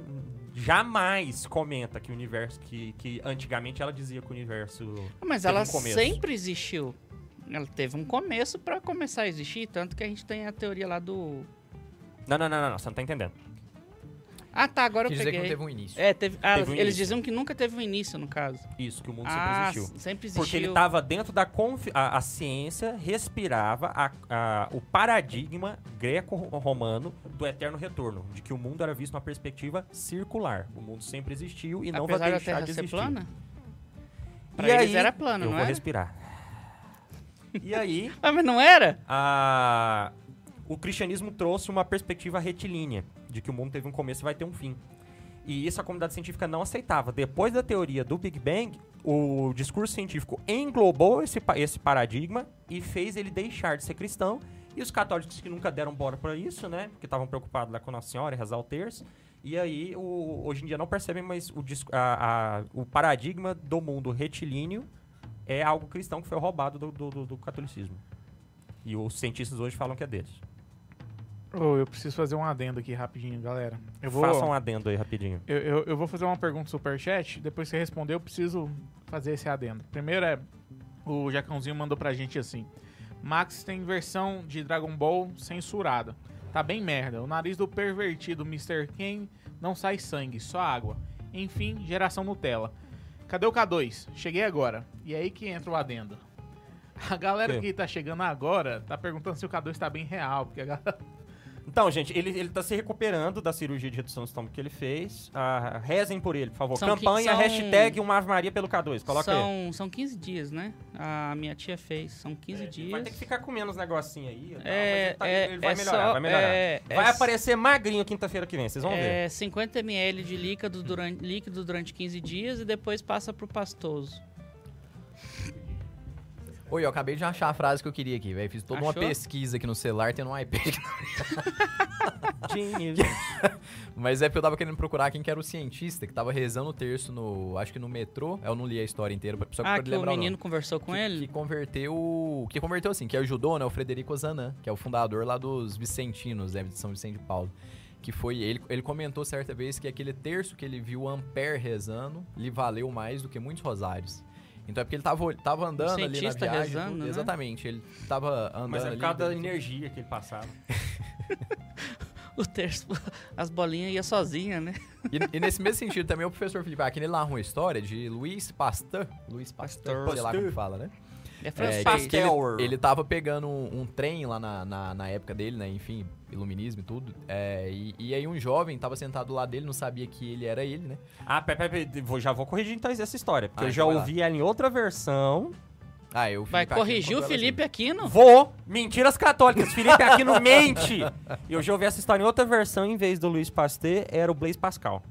jamais comenta que o universo. que, que antigamente ela dizia que o universo.
Mas
Teve
ela
um começo.
sempre existiu. Ela teve um começo pra começar a existir, tanto que a gente tem a teoria lá do.
Não, não, não, não, não você não tá entendendo.
Ah, tá, agora
Quer
eu
dizer que
peguei.
não teve um início.
É, teve. ah,
Teve um
eles
início.
diziam que nunca teve um início, no caso.
Isso, que o mundo sempre
ah,
existiu.
sempre existiu.
Porque ele tá- estava dentro da confi a, a ciência respirava a- a- o paradigma greco-romano do eterno retorno, de que o mundo era visto numa perspectiva circular. O mundo sempre existiu e não
Apesar
vai
da
deixar
Terra
de
ser
existir.
plana? Pra
e
eles
aí,
era plano,
eu
não é?
vou
era?
respirar. E aí,
Ah, mas não era?
a- o cristianismo trouxe uma perspectiva retilínea, de que o mundo teve um começo e vai ter um fim. E isso a comunidade científica não aceitava. Depois da teoria do Big Bang, o discurso científico englobou esse, pa- esse paradigma e fez ele deixar de ser cristão. E os católicos que nunca deram bola para isso, né? Porque estavam preocupados lá com Nossa Senhora, e rezar o terço. E aí, o- hoje em dia não percebem, mas o, dis- a- a- o paradigma do mundo retilíneo é algo cristão que foi roubado do, do- do- do catolicismo. E os cientistas hoje falam que é deles.
Ô, eu preciso fazer um adendo aqui rapidinho, galera. Eu vou,
Faça um adendo aí rapidinho.
eu, eu- eu vou fazer uma pergunta do superchat. Depois que você responder, eu preciso fazer esse adendo. Primeiro é. O Jacãozinho mandou pra gente assim: Max tem versão de Dragon Ball censurada. Tá bem merda. O nariz do pervertido Mr. Ken não sai sangue, só água. Enfim, geração Nutella. Cadê o K2? Cheguei agora. E aí que entra o adendo. A galera
Sim.
que tá chegando agora tá perguntando se o K2 tá bem real, porque a galera
Então, gente, ele, ele tá se recuperando da cirurgia de redução do estômago que ele fez. Ah, rezem por ele, por favor.
São que-
Campanha,
são-
hashtag uma Ave Maria pelo K2. Coloca aí.
são, são 15 dias, né? A minha tia fez. São 15 dias.
É, Vai ter que ficar comendo os negocinhos aí. e tal, mas
É,
ele, tá-
é,
ele vai
é
melhorar,
só-
vai melhorar.
é-
vai
é-
aparecer magrinho quinta-feira que vem, vocês vão ver.
É 50 ml de líquido durante, líquido durante 15 dias e depois passa pro pastoso.
Oi, eu acabei de achar a frase que eu queria aqui, velho. Fiz toda uma
Achou?
pesquisa aqui no celular, tendo um iPad.
Tinha-
Mas é porque eu tava querendo procurar quem que era o cientista que tava rezando o terço no. Acho que no metrô. Eu não li a história inteira, só
Ah,
pra
que o
lembrar.
menino conversou
nome.
com
que,
ele?
Que converteu. Que converteu assim, que ajudou, né? O Frederico Zanan, que é o fundador lá dos Vicentinos, né? De São Vicente de Paulo. Que foi. Ele, ele comentou certa vez que aquele terço que ele viu o Ampère rezando lhe valeu mais do que muitos rosários. Então é porque ele tava, tava andando ali na
cientista
viagem.
rezando,
tudo.
né?
Exatamente. Ele tava andando
Mas é
ali.
por causa da
dentro-
energia que ele passava.
É, O terço, as bolinhas ia sozinha, né?
E, e nesse mesmo sentido também o professor Felipe Aquino ele narra uma história de Luiz Pasteur, Luiz Pasteur, sei lá como fala, né?
É
É,
francês.
que- que ele,
Pasteur.
ele tava pegando um, um trem lá na, na, na época dele, né? Enfim, iluminismo e tudo. É, e, e aí um jovem tava sentado lá dele, não sabia que ele era ele, né?
Ah, peraí, peraí, peraí, vou- já vou corrigir então essa história, porque
Ah,
eu
então
já
vai lá.
ouvi ela em outra versão.
Ah, eu
Vai corrigir o
assim.
Felipe Aquino?
Vou! Mentiras católicas, Felipe Aquino mente! Eu já ouvi essa história em outra versão, em vez do Luiz Pasteur, era o Blaise Pascal.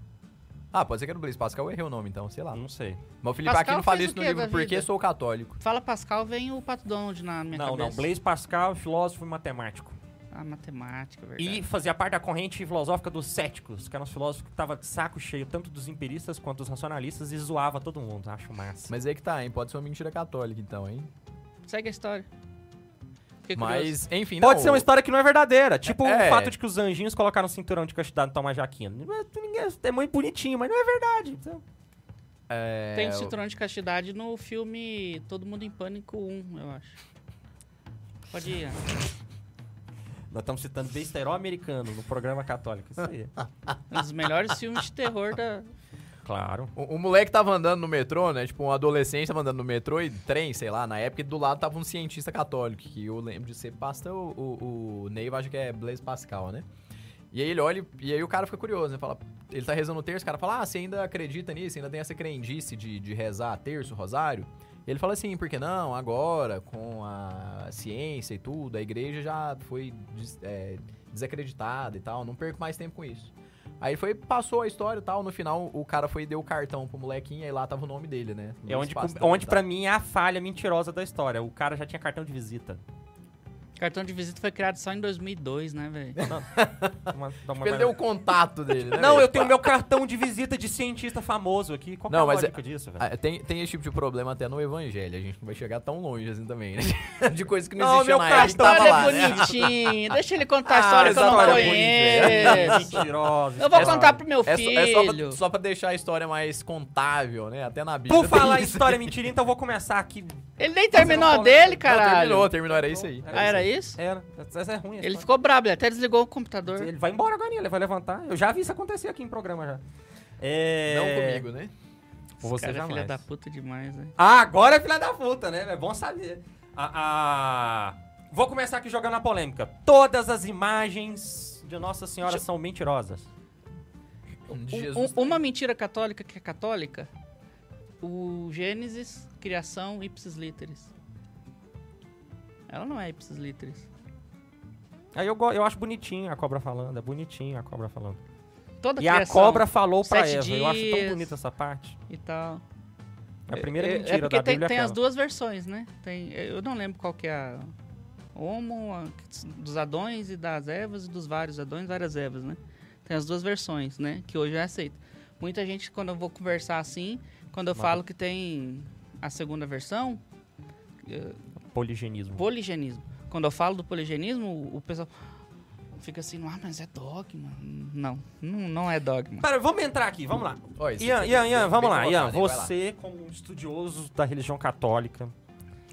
Ah,
Ah, pode ser que era o Blaise Pascal, eu errei o nome então, sei lá.
Não sei.
Mas o Felipe
Pascal
Aquino fala
fez
isso
o
no
quê
livro
da
Porque
vida?
Sou Católico.
Fala Pascal, vem o Pato Donald na minha
não, não,
cabeça.
Blaise Pascal, filósofo e matemático.
Ah, matemática, verdade.
E fazia parte da corrente filosófica dos céticos, que eram os filósofos que tava de saco cheio, tanto dos empiristas quanto dos racionalistas, e zoava todo mundo. Acho massa.
Mas aí que tá, hein? Pode ser uma mentira católica então, hein?
Segue a história. Fiquei curioso.
Mas, enfim,
Pode
não,
ser uma história que não é verdadeira. Tipo
É.
o fato de que os anjinhos colocaram o cinturão de castidade e tomar jaquinha. Não é- ninguém- É muito bonitinho, mas não é verdade. Então,
é,
Tem um cinturão de castidade no filme Todo Mundo em Pânico 1, eu acho. Pode ir. é
Nós estamos citando besteirol americano no programa católico. Isso aí.
Um dos melhores filmes de terror da.
claro.
O, o moleque tava andando no metrô, né? Tipo, um adolescente tava andando no metrô e trem, sei lá, na época, e do lado tava um cientista católico, que eu lembro de ser pastor, o, o, o Neiva, acho que é Blaise Pascal, né? E aí ele olha, e aí o cara fica curioso, né? Fala, ele tá rezando o terço, o cara fala, ah, você ainda acredita nisso? Ainda tem essa crendice de, de rezar terço, rosário? Ele fala assim, por que não? Agora, com a ciência e tudo, a igreja já foi des- é, desacreditada e tal, não perco mais tempo com isso. Aí foi, passou a história e tal, no final o cara foi e deu o cartão pro molequinho, aí lá tava o nome dele, né?
É onde,
Pastor e
onde
tal.
para mim é a falha mentirosa da história. O cara já tinha cartão de visita.
Cartão de visita foi criado só em 2002, né, velho?
Então
Toma- toma-
Perdeu Tipo, o contato dele, né?
Não,
velho?
eu tenho meu cartão de visita de cientista famoso aqui. Qual que é
Não,
a
mas é-
lógica disso, velho?
Ah, Tem, tem esse tipo de problema até no evangelho, a gente não vai chegar tão longe assim também, né? De coisa que não,
Não,
existia
meu
na
cartão
época.
A
que
história
tava lá,
é
né?
bonitinha. Deixa ele contar a história que Ah, eu
história
não
é né?
conheço.
Mentirosa.
Eu vou
história.
contar pro meu
É, só, é só pra-
filho.
só pra deixar a história mais contável, né? Até na Bíblia.
Por falar
tem
em
isso.
história mentira, então eu vou começar aqui.
Ele nem terminou a
Não,
um Não,
terminou,
dele, caralho.
terminou, terminou, era assim. isso aí.
Ah, era isso?
Era. Essa é ruim. a
Ele
história.
ficou brabo, ele até desligou o computador.
Ele vai embora agora, ele vai levantar. Eu já vi isso acontecer aqui em programa já. É...
Não comigo, né?
Com você
cara é filha
jamais.
da puta demais, né?
Ah, agora é filha da puta, né? É bom saber. Ah, ah, Vou começar aqui jogando a polêmica. Todas as imagens de Nossa Senhora são mentirosas.
De
Um-
Jesus.
um- uma mentira católica que é católica, o Gênesis, criação, ipsis literis. Ela não é ipsis literis.
Aí eu, go- eu acho bonitinho a cobra falando, é bonitinho a cobra falando.
Toda
E a
criação
cobra falou pra
Sete
Eva, eu acho tão
dias.
bonita essa parte.
e tal.
É a primeira
É- é,
mentira
porque
da
tem,
Bíblia é
tem as
aquela.
duas versões, né? Tem, eu não lembro qual que é a Homo, a- dos Adões e das Evas, e dos vários Adões, várias Evas, né? Tem as duas versões, né? Que hoje é aceita. Muita gente, quando eu vou conversar assim, quando eu
Mas-
falo que tem a segunda versão, eh,
Poligenismo.
poligenismo. Quando eu falo do poligenismo, o- o pessoal fica assim, ah, mas é dogma. Não, não, não é dogma.
Pera, vamos entrar aqui, vamos lá.
Ó, esse
um. Ian,
aqui
Ian,
bem-
Ian,
bem
vamos lá.
colocado,
Ian,
né?
hein? Vai lá.
você, como um estudioso da religião católica,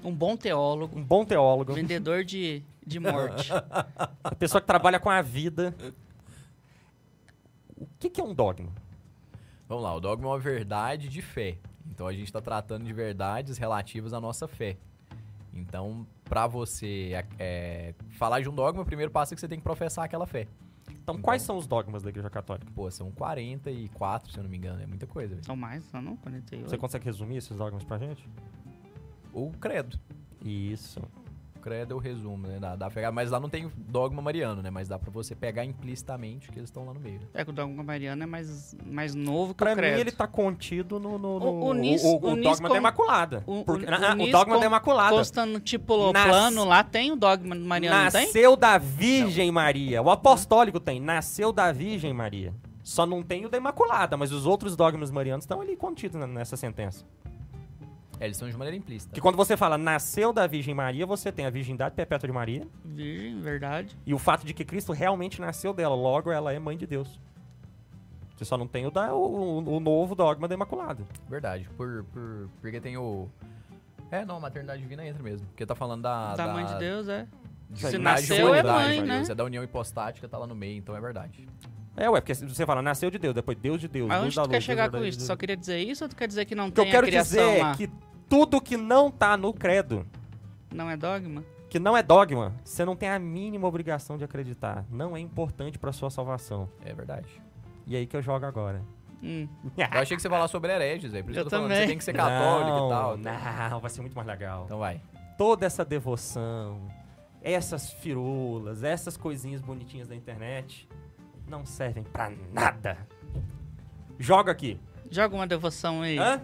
Um bom teólogo,
um bom teólogo,
vendedor de, de morte.
uma pessoa que trabalha com a vida, o que, que é um dogma?
Vamos lá, o dogma é uma verdade de fé. Então a gente está tratando de verdades relativas à nossa fé. Então, para você é, falar de um dogma, o primeiro passo é que você tem que professar aquela fé.
Então,
Então-
quais são os dogmas da igreja católica?
Pô, são 44, se eu não me engano, é muita coisa. velho.
Ou mais, não, não, 48.
Você consegue resumir esses dogmas pra gente?
Ou o credo.
Isso.
O credo é o resumo, né? Dá, dá pra pegar, mas lá não tem dogma mariano, né? Mas dá para você pegar implicitamente que eles estão lá no meio. né?
É que o dogma mariano é mais, mais novo que
Pra
o credo.
mim, ele tá contido no, no,
O-
no-
o Nis-
o,
o
o
Nis
dogma
com-
da Imaculada.
o- o-
Porque-
o
ah, ah, o
Nis
dogma
com-
da Imaculada.
Constando tipo
Nas-
plano, lá tem o dogma mariano, não tem?
Nasceu da Virgem Maria. O apostólico tem. Nasceu da Virgem Maria. Só não tem o da Imaculada, mas os outros dogmas marianos estão ali contidos na- nessa sentença.
É, eles são de maneira implícita.
Que quando você fala nasceu da Virgem Maria, você tem a virgindade perpétua de Maria
Virgem, verdade.
e o fato de que Cristo realmente nasceu dela. Logo, ela é mãe de Deus. Você só não tem o, da- o- o- o novo dogma da Imaculada.
Verdade. Por, por, porque tem o. É, não, a maternidade divina entra mesmo. Porque tá falando da.
da mãe de Deus, é.
Se
unidade,
nasceu,
de
é
unidade,
mãe,
de
né?
Deus. É da união hipostática, tá lá no meio, então é verdade.
É, ué, porque você fala nasceu de Deus, depois Deus de Deus. luz
Aonde
da
tu
é luz,
quer
luz
chegar
da
com
luz,
isso?
luz
Só queria dizer isso ou tu quer dizer que não
O que eu
tem a
quero
criação
dizer
lá?
é que tudo que não tá no credo,
Não é dogma?
que não é dogma, você não tem a mínima obrigação de acreditar. Não é importante pra sua salvação.
É verdade.
E é aí que eu jogo agora.
Hum.
Eu achei que você ia falar sobre hereges, velho. Por isso
Eu
que eu tô falando,
também.
você tem que ser católico
não,
e tal. né?
Não, vai ser muito mais legal.
Então vai.
Toda essa devoção, essas firulas, essas coisinhas bonitinhas da internet não servem pra nada. Joga aqui.
Joga uma devoção aí.
Hã?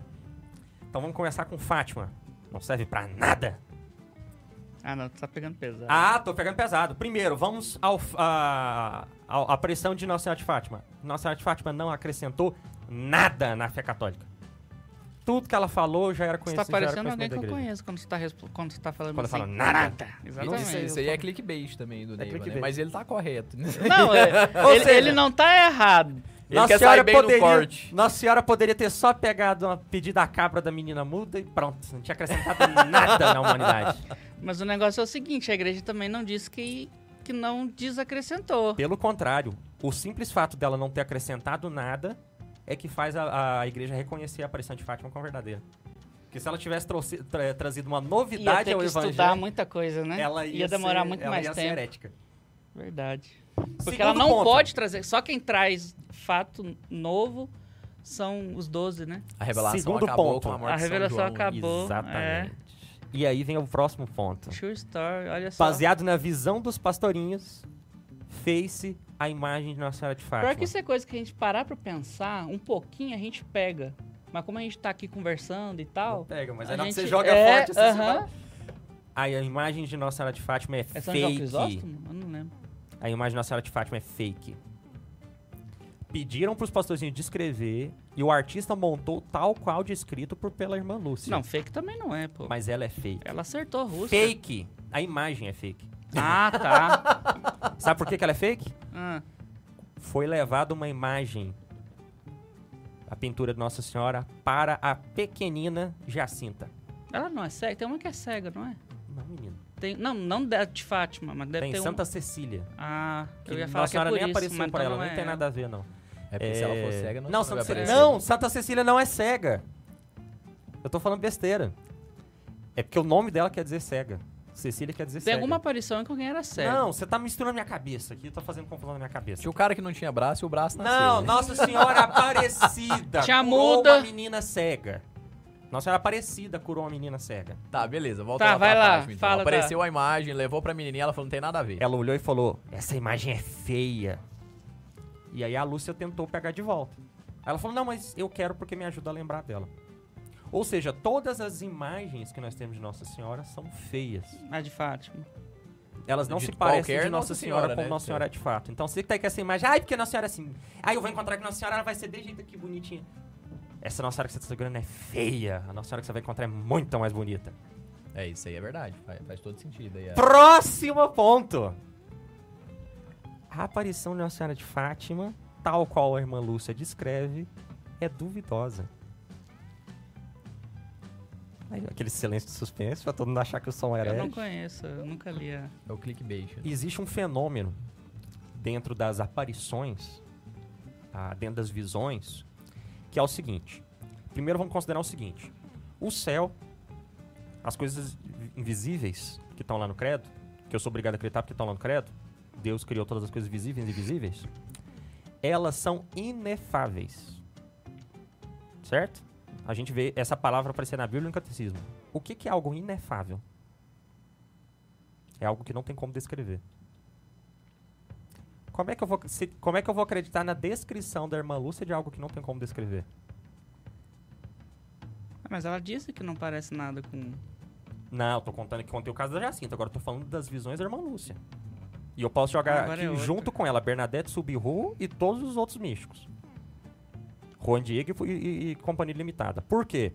Então vamos começar com Fátima. Não serve pra nada.
Ah, não, tu tá pegando pesado.
Ah, tô pegando pesado. Primeiro, vamos ao, a, ao- à pressão de Nossa Senhora de Fátima. Nossa Senhora de Fátima não acrescentou nada na fé católica. Tudo que ela falou já era
Você tá
conhecido. já era
parecendo alguém que eu
conhecimento da igreja.
conheço quando você tá, respo- quando você tá falando
Quando eu
assim.
falo nada.
Exatamente.
Isso, isso aí é clickbait também do Neiva, né?
clickbait.
Mas ele tá correto. Ele
Não, é-
Ou
ele,
seja-
ele não tá errado.
Nossa
quer
senhora,
sair bem no
poderia,
corte.
Nossa Senhora poderia ter só pegado uma pedida à cabra da menina muda e pronto. Não tinha acrescentado nada na humanidade.
Mas o negócio é o seguinte, a igreja também não disse que, que não desacrescentou.
Pelo contrário, o simples fato dela não ter acrescentado nada é que faz a, a igreja reconhecer a aparição de Fátima como verdadeira. Porque se ela tivesse trouxe- tra- trazido uma
Ia
novidade
ter
ao
que
é evangelho,
estudar muita coisa, né?
ela ia,
demorar
ser-
muito
ela
mais
ia ser
tempo.
herética.
Verdade. Porque
Segundo
ela não
ponto.
pode trazer. Só quem traz fato novo são os 12, né?
A revelação
Segundo
acabou
ponto.
com a morte
A revelação
de São João.
acabou.
Exatamente. E aí vem o próximo ponto.
True story, olha só.
Baseado na visão dos pastorinhos, fez-se a imagem de Nossa Senhora de Fátima.
Pior que isso é coisa que a gente parar pra pensar, um pouquinho a gente pega. Mas como a gente tá aqui conversando e tal.
Pega, mas
é a
aí na hora que
gente-
você joga
é,
forte, assim, você
aham.
fala- Aí a imagem de Nossa Senhora de Fátima é,
É São João
fake.
Crisóstomo? Eu não lembro.
A imagem de Nossa Senhora de Fátima é fake. Pediram pros pastorzinhos descrever e o artista montou tal qual descrito por pela irmã Lúcia.
Não, fake também não é, pô.
Mas ela é fake.
Ela acertou a Rússia.
Fake. A imagem é fake.
Ah, tá.
Sabe por que, que ela é fake?
Ah,
Foi levada uma imagem, a pintura de Nossa Senhora, para a pequenina Jacinta.
ela não é cega. Tem uma que é cega, não é?
Não, menino.
Tem, não, não da- de Fátima, mas deve
Tem
ter
Santa Cecília.
um... Ah,
Que
eu ia falar
Nossa
que é
Senhora
por
nem
isso,
apareceu
mas
pra
então
ela,
não
nem
é
tem nada a ver, não.
É porque se ela for cega, não,
não,
vai
Santa Cecília,
aparecer.
não, Santa Cecília não é cega. Eu tô falando besteira. É porque o nome dela quer dizer cega. Cecília quer dizer
Tem
cega.
alguma aparição que alguém era cego.
Não, você tá misturando minha cabeça aqui, tá fazendo confusão na minha cabeça.
Tinha o cara que não tinha braço e o braço nasceu.
Não,
né?
Nossa Senhora Aparecida.
Tia
curou
Muda.
Uma menina cega. Nossa Senhora Aparecida curou uma menina cega.
Tá, beleza, volta
Tá,
lá
vai
pra
lá,
Fátima, então.
fala tá.
Apareceu a imagem, levou pra menininha, ela falou, não tem nada a ver.
Ela olhou e falou: Essa imagem é feia. E aí a Lúcia tentou pegar de volta. Ela falou: Não, mas eu quero porque me ajuda a lembrar dela. Ou seja, todas as imagens que nós temos de Nossa Senhora são feias.
A de Fátima.
Elas não
De
se parecem
qualquer
de Nossa
Nossa
Senhora,
Senhora,
com
né?
Nossa Senhora de fato. Então você que tá aí com essa imagem, ai, porque Nossa Senhora é assim. Aí eu vou encontrar com Nossa Senhora, ela vai ser de jeito aqui bonitinha. Essa Nossa Senhora que você tá segurando é feia. A Nossa Senhora que você vai encontrar é muito mais bonita.
É, isso aí é verdade, faz, faz todo sentido. Aí, é.
Próximo ponto. A aparição de Nossa Senhora de Fátima, tal qual a irmã Lúcia descreve, é duvidosa. Aí, aquele silêncio de suspense pra todo mundo achar que o som era
Eu não
ele.
conheço, eu nunca li a... Ah,
É o clickbait. né?
Existe um fenômeno dentro das aparições, ah, dentro das visões, que é o seguinte. Primeiro vamos considerar o seguinte. O céu, as coisas invisíveis que estão lá no credo, que eu sou obrigado a acreditar porque estão lá no credo, Deus criou todas as coisas visíveis e invisíveis, elas são inefáveis. Certo? A gente vê essa palavra aparecer na Bíblia e no Catecismo. O que, que é algo inefável? É algo que não tem como descrever. Como é, que eu vou, se- como é que eu vou acreditar na descrição da irmã Lúcia de algo que não tem como descrever?
Ah, Mas ela disse que não parece nada com...
Não, eu tô contando que contei o caso da Jacinta, agora eu tô falando das visões da irmã Lúcia. E eu posso jogar
Agora
aqui
é outra.
junto com ela Bernadette Subiru e todos os outros místicos. Juan Diego e fu- e, e- e Companhia Limitada. Por quê?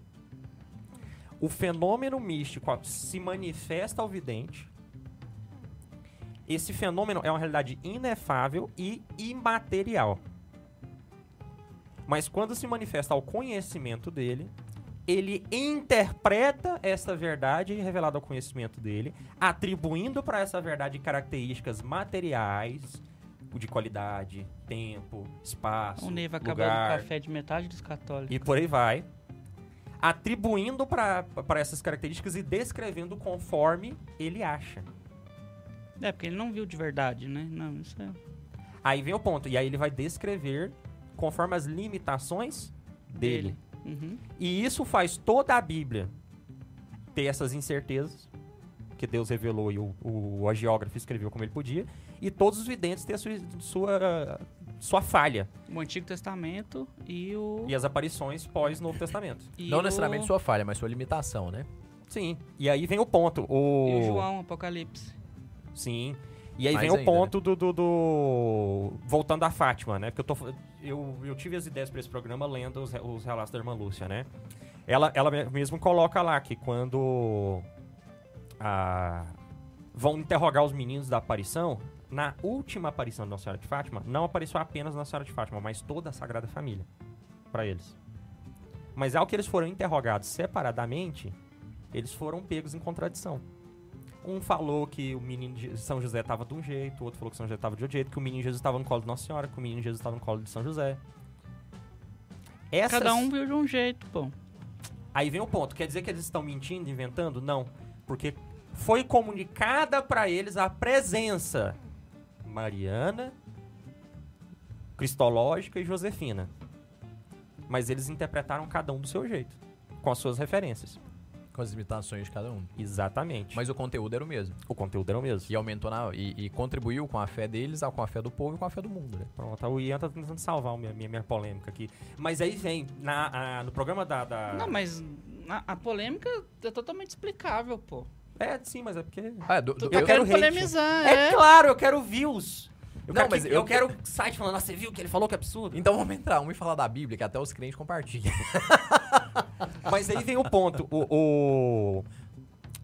O fenômeno místico ó, se manifesta ao vidente. Esse fenômeno é uma realidade inefável e imaterial. Mas quando se manifesta ao conhecimento dele, ele interpreta essa verdade revelada ao conhecimento dele, atribuindo para essa verdade características materiais, de qualidade, tempo, espaço,
O Neiva Um acabou
lugar,
do café de metade dos católicos.
e por aí vai, atribuindo para essas características e descrevendo conforme ele acha.
É, porque ele não viu de verdade, né? Não, isso é...
Aí vem o ponto, e aí ele vai descrever conforme as limitações dele.
Dele. Uhum.
E isso faz toda a Bíblia ter essas incertezas que Deus revelou e o, o agiógrafo escreveu como ele podia, e todos os videntes ter a sua, sua, sua falha
O Antigo Testamento e o...
e as aparições pós-Novo Testamento.
e
Não
o-
necessariamente sua falha, mas sua limitação, né?
Sim. E aí vem o ponto. O...
E o João, Apocalipse.
Sim. E aí
Mais
vem o
ainda, né?
ponto do, do, do- Voltando à Fátima, né? Porque eu, tô, fa- eu, eu tive as ideias pra esse programa lendo os, re- os relatos da irmã Lúcia, né? Ela, ela me- mesmo coloca lá que quando. a- vão interrogar os meninos da aparição. Na última aparição de Nossa Senhora de Fátima, não apareceu apenas Nossa Senhora de Fátima, mas toda a Sagrada Família pra eles. Mas ao que eles foram interrogados separadamente, eles foram pegos em contradição. Um falou que o menino de São José estava de um jeito, o outro falou que São José estava de outro jeito, que o menino Jesus estava no colo de Nossa Senhora, que o menino Jesus estava no colo de São José. Essas...
Cada um viu de um jeito, pô.
Aí vem o ponto. Quer dizer que eles estão mentindo, inventando? Não. Porque foi comunicada para eles a presença mariana, cristológica e josefina. Mas eles interpretaram cada um do seu jeito, com as suas referências.
Com as limitações de cada um.
Exatamente.
Mas o conteúdo era o mesmo.
o conteúdo era o mesmo.
E aumentou na, e, e contribuiu com a fé deles, com a fé do povo e com a fé do mundo, né?
Pronto, o Ian tá tentando salvar a minha, minha, minha polêmica aqui. Mas aí vem, na, a- no programa da. da-
Não, mas a, a polêmica é totalmente explicável, pô.
É, sim, mas é porque.
Ah, do- do-
Tu
Eu
tá
quero
querendo
hate.
polemizar,
É,
é.
claro, eu quero views. Eu
Ah, Não,
quero
mas
que-
eu-
eu quero site falando, nossa, você viu o que ele falou que absurdo?
Então vamos entrar, vamos falar da Bíblia, que até os crentes compartilham.
Mas aí vem o ponto, o, o-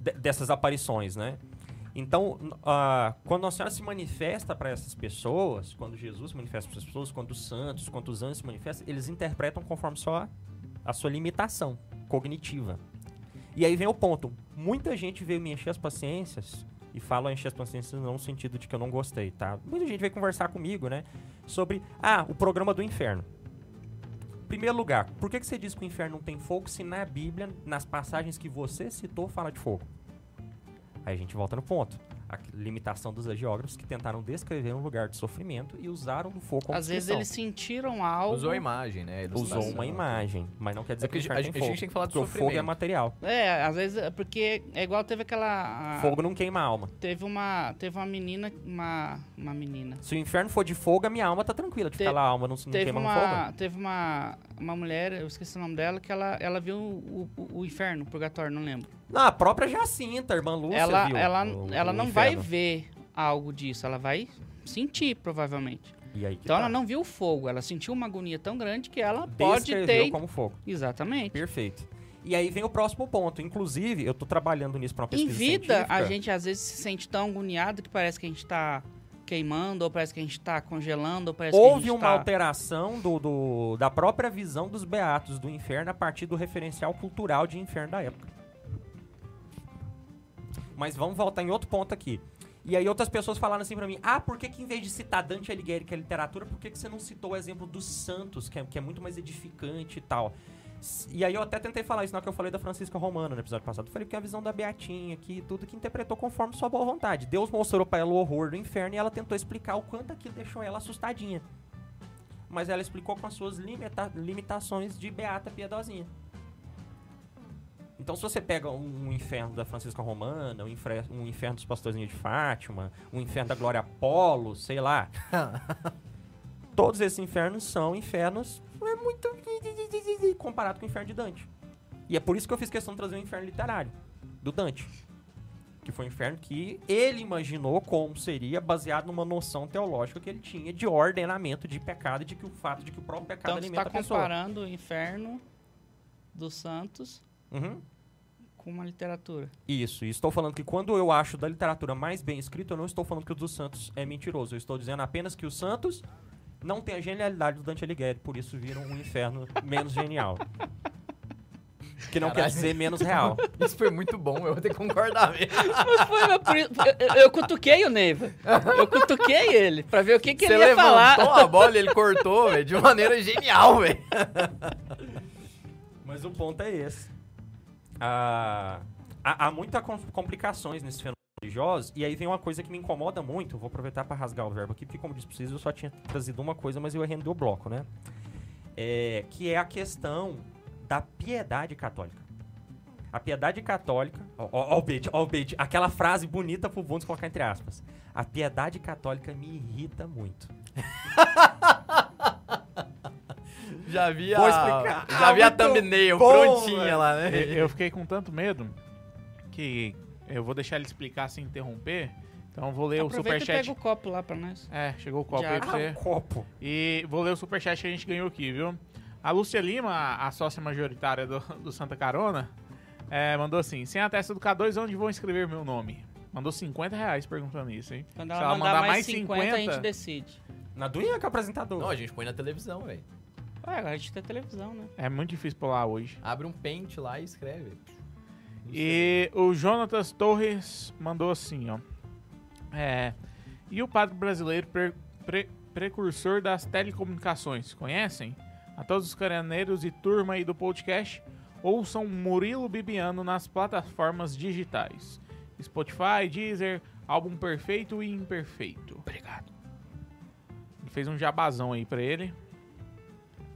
de- dessas aparições, né? Então, n- ah, quando Nossa Senhora se manifesta para essas pessoas, quando Jesus se manifesta para essas pessoas, quando os santos, quando os anjos se manifestam, eles interpretam conforme só a sua limitação cognitiva. E aí vem o ponto. Muita gente veio me encher as paciências, e falo encher as paciências não no sentido de que eu não gostei, tá? Muita gente veio conversar comigo, né? Sobre, ah, o programa do inferno. Primeiro lugar, por que, que você diz que o inferno não tem fogo se na Bíblia, nas passagens que você citou, fala de fogo? Aí a gente volta no ponto. a limitação dos agiógrafos que tentaram descrever um lugar de sofrimento e usaram o fogo como
Às vezes
descrição.
eles sentiram algo.
Usou a imagem, né?
usou
ilustração.
uma imagem, mas não quer dizer
É
que,
porque
o inferno
a-
tem
a gente
fogo,
tem que falar do
porque o fogo é
sofrimento.
material.
É, às vezes, é porque é igual teve aquela. a-
Fogo não queima a alma.
Teve uma, teve uma menina, uma, uma menina.
Se o inferno for de fogo, a minha alma tá tranquila de
Te-
ficar lá, a alma não, se- não
Teve
queima no fogo.
uma, teve uma, uma mulher, eu esqueci o nome dela, que ela, ela viu o, o, o inferno, o purgatório, não lembro.
Não, a própria Jacinta, a irmã Lúcia,
ela
viu
ela,
o-
ela
o
não vai
inferno.
ver algo disso, ela vai sentir, provavelmente.
E aí que
Então
tá.
ela não viu o fogo, ela sentiu uma agonia tão grande que ela pode
Descreveu
ter.
como fogo.
Exatamente.
Perfeito. E aí vem o próximo ponto. Inclusive, eu tô trabalhando nisso pra uma
Em
pesquisa
vida, a
científica.
gente às vezes se sente tão agoniado que parece que a gente tá queimando, ou parece que a gente tá congelando, ou parece que a
Houve um
gente
uma
tá...
alteração do, do- da própria visão dos beatos do inferno a partir do referencial cultural de inferno da época. Mas vamos voltar em outro ponto aqui. E aí outras pessoas falaram assim pra mim, ah, por que, que em vez de citar Dante Alighieri, que é literatura, por que, que você não citou o exemplo dos santos, que é, que é muito mais edificante e tal? S- E aí eu até tentei falar isso na hora que eu falei da Francisca Romano no episódio passado. Eu falei que é a visão da Beatinha, que tudo que interpretou conforme sua boa vontade. Deus mostrou pra ela o horror do inferno e ela tentou explicar o quanto aquilo deixou ela assustadinha mas ela explicou com as suas limita- limitações de beata piedosinha. Então, se você pega um, um inferno da Francisca Romana, um, infre- um inferno dos pastorzinhos de Fátima, um inferno da Glória Apolo, sei lá. todos esses infernos são infernos é muito comparado com o inferno de Dante. E é por isso que eu fiz questão de trazer o inferno literário do Dante. Que foi um inferno que ele imaginou como seria baseado numa noção teológica que ele tinha de ordenamento de pecado e de que o fato de que o próprio pecado
Então você
alimenta
tá
a pessoa.
comparando o inferno dos santos
Uhum.
com uma literatura.
Isso, e estou falando que quando eu acho da literatura mais bem escrita, eu não estou falando que o dos Santos é mentiroso. Eu estou dizendo apenas que os Santos não têm a genialidade do Dante Alighieri, por isso viram um inferno menos genial. Que não quer
Caralho.
dizer menos real.
Isso foi muito bom, eu vou ter que concordar mesmo.
Mas foi, mas por isso- eu, eu cutuquei o Neiva. Eu cutuquei ele pra ver o que, que ele
Você
ia
levantou
falar.
a bola e ele cortou, velho, de maneira genial, velho.
Mas o ponto é esse. Ah, há, há muitas complicações nesse fenômeno religioso, e aí vem uma coisa que me incomoda muito. Vou aproveitar para rasgar o verbo aqui, porque, como disse pra vocês, eu só tinha trazido uma coisa, mas eu arrendei o bloco, né? É, que é a questão da piedade católica. A piedade católica. Ó, ó, ó o bait, ó o bait. Aquela frase bonita pro Bundes colocar entre aspas. A piedade católica me irrita muito.
Já vi a,
Vou explicar.
Já
Ah,
vi a
muito
thumbnail
bom,
prontinha
velho.
lá, né?
Eu eu fiquei com tanto medo que eu vou deixar ele explicar sem interromper. Então eu vou ler
Aproveita
o
e pega
superchat.
o copo lá pra nós.
É, chegou o copo
Já.
aí pra
Ah,
você.
um copo.
E vou ler o superchat que a gente ganhou aqui, viu? A Lúcia Lima, a sócia majoritária do, do Santa Carona, é, mandou assim: sem a testa do K2, onde vou escrever meu nome? Mandou 50 reais perguntando isso, hein?
Quando
Se
ela mandar, mais 50, a gente decide.
Na doinha que é o apresentador.
Não, a gente põe na televisão, velho.
Ué, agora a gente tem televisão, né?
É muito difícil pular hoje.
Abre um pente lá e escreve.
E o Jonatas Torres mandou assim, ó. É, e o padre brasileiro pre- pre- precursor das telecomunicações, conhecem? A todos os caraneiros e turma aí do podcast, ouçam Murilo Bibiano nas plataformas digitais. Spotify, Deezer, álbum perfeito e imperfeito. Obrigado. Ele fez um jabazão aí pra ele.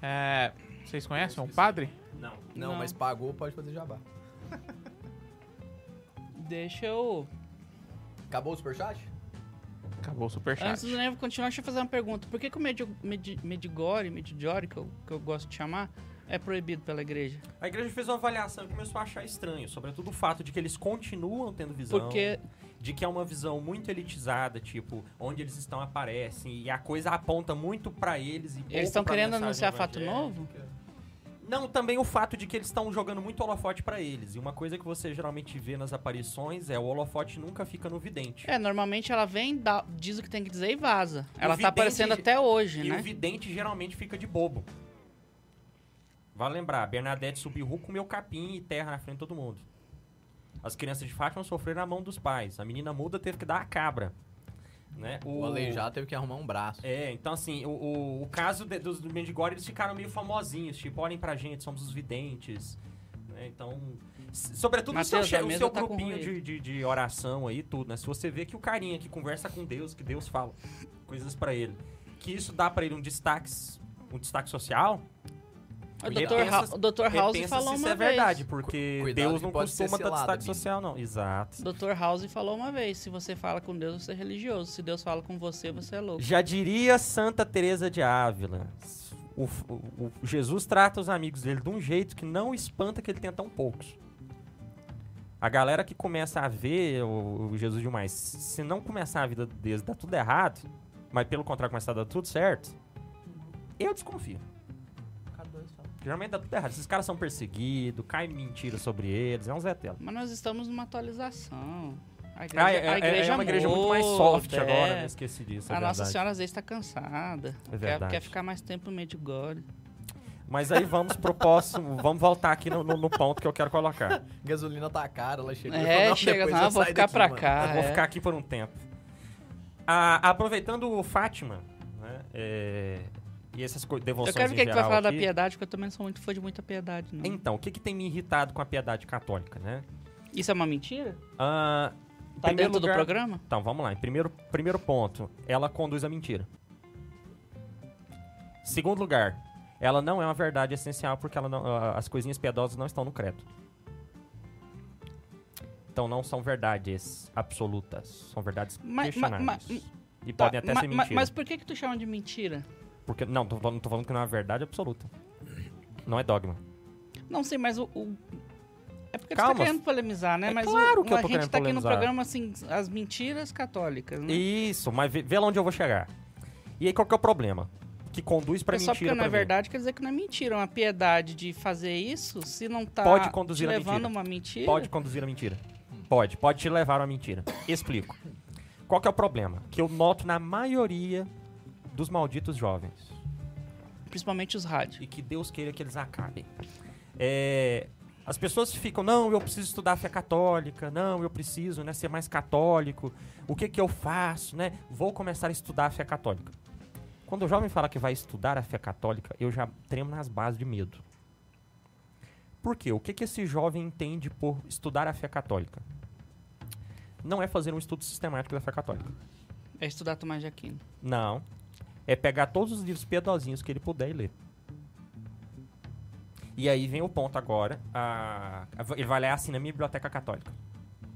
É, vocês conhecem o padre?
Não.
Não,
Não.
mas pagou, pode fazer jabá.
Deixa eu.
Acabou o superchat?
Acabou o superchat.
Antes do Neve continuar, deixa eu fazer uma pergunta. Por que, que o medi medi Medigore, Medjugorje, que eu, que eu gosto de chamar, é proibido pela igreja?
A igreja fez uma avaliação e começou a achar estranho, sobretudo o fato de que eles continuam tendo visão,
Porque
de que é uma visão muito elitizada, tipo, onde eles estão aparecem e a coisa aponta muito pra eles e pouco
eles estão
pra
querendo
mensagem
anunciar fato
evangélica.
novo?
Não, também o fato de que eles estão jogando muito holofote pra eles. E uma coisa que você geralmente vê nas aparições é o holofote nunca fica no vidente.
É, normalmente ela vem, dá- diz o que tem que dizer e vaza. Ela
vidente-
tá aparecendo até hoje,
E o
né?
vidente geralmente fica de bobo. Vale lembrar, Bernadette Subiru comeu capim e terra na frente de todo mundo. As crianças de Fátima sofreram na mão dos pais. A menina muda teve que dar a cabra. Né?
O Aleijá teve que arrumar um braço.
É, então assim, o, o, o caso de- dos do Mendigore, eles ficaram meio famosinhos. Tipo, olhem pra gente, somos os videntes. né? né? Então, s- sobretudo o seu,
Mateus,
che-
a
o
mesa
seu
tá com
grupinho de,
ruído.
de, de oração aí, tudo, né? Se você vê que o carinha que conversa com Deus, que Deus fala coisas pra ele, que isso dá pra ele um destaque, um destaque social,
O
Repensa-
Dr. Ha- o Dr. House
repensa
falou
se
uma
isso é
vez.
verdade, porque
Cu- cuidado
Deus
que
não
pode ser
costuma dar
selado,
destaque
menino.
social, não. Exato.
Dr. House falou uma vez, se você fala com Deus, você é religioso. Se Deus fala com você, você é louco.
Já diria Santa Teresa de Ávila. O, o- o Jesus trata os amigos dele de um jeito que não espanta que ele tenha tão poucos. A galera que começa a ver o, o Jesus demais, se não começar a vida deles dar tudo errado, mas pelo contrário começar a dar tudo certo, eu desconfio. Geralmente dá tudo errado. Esses caras são perseguidos, cai mentira sobre eles, é um Zé Tela.
Mas nós estamos numa atualização. A igreja,
Ah, é,
a
é-
igreja
é uma igreja muito
muda,
mais soft
é.
agora, né? Esqueci disso. é
A Nossa
verdade.
Senhora às vezes tá cansada.
É
quer,
verdade.
quer ficar mais tempo no meio de glória.
Mas aí vamos pro próximo, vamos voltar aqui no, no- no ponto que eu quero colocar.
Gasolina tá cara, ela chega. e fala,
É,
um
chega,
depois
não,
eu
vou
saio
ficar
daqui,
pra
mano."
cá.
eu vou
é.
ficar aqui por um tempo. Ah, aproveitando o Fátima, né? é, e essas co-
Eu
devoções
quero ver
em
o que, que vai
geral
falar da
aqui.
piedade, porque eu também não sou muito fã de muita piedade, não.
Então, o que, que tem me irritado com a piedade católica, né?
Isso é uma mentira?
Ah, em
Tá
primeiro
dentro
lugar-
do programa?
Então, vamos lá. Em primeiro, primeiro ponto, ela conduz a mentira. Segundo lugar, ela não é uma verdade essencial porque ela não- ah, as coisinhas piedosas não estão no credo. Então não são verdades absolutas, são verdades
Mas-
questionáveis.
mas- mas-
e
Tá,
podem até
ma-
ser
ma-
mentiras.
mas por que que tu chama de mentira?
Porque, não, tô falando, tô falando que não é uma verdade absoluta. Não é dogma.
Não sei, mas o. o- É porque tu
Calma.
tá querendo polemizar,
É
né? mas
claro
o,
que eu
a
tô
gente
querendo
tá aqui no
polemizar.
programa, assim, as mentiras católicas, né?
Isso, mas vê, vê lá onde eu vou chegar. E aí qual que é o problema? Que conduz pra
Porque só
mentira
porque não é
pra mim.
verdade quer dizer que não é mentira. É Uma piedade de fazer isso, se não tá
Pode conduzir
te
à
levando
mentira.
a uma mentira.
Pode conduzir a mentira. Pode, pode te levar a uma mentira. Explico. Qual que é o problema? Que eu noto na maioria dos malditos jovens.
Principalmente os rádios.
E que Deus queira que eles acabem. É, as pessoas ficam, não, eu preciso estudar a fé católica, não, eu preciso né, ser mais católico, o que que eu faço, né? Vou começar a estudar a fé católica. Quando o jovem fala que vai estudar a fé católica, eu já tremo nas bases de medo. Por quê? O que, que esse jovem entende por estudar a fé católica? Não é fazer um estudo sistemático da fé católica.
É estudar Tomás de Aquino.
Não. É pegar todos os livros piedosinhos que ele puder e ler. E aí vem o ponto agora. a- a- ele vai lá e assina a minha biblioteca católica.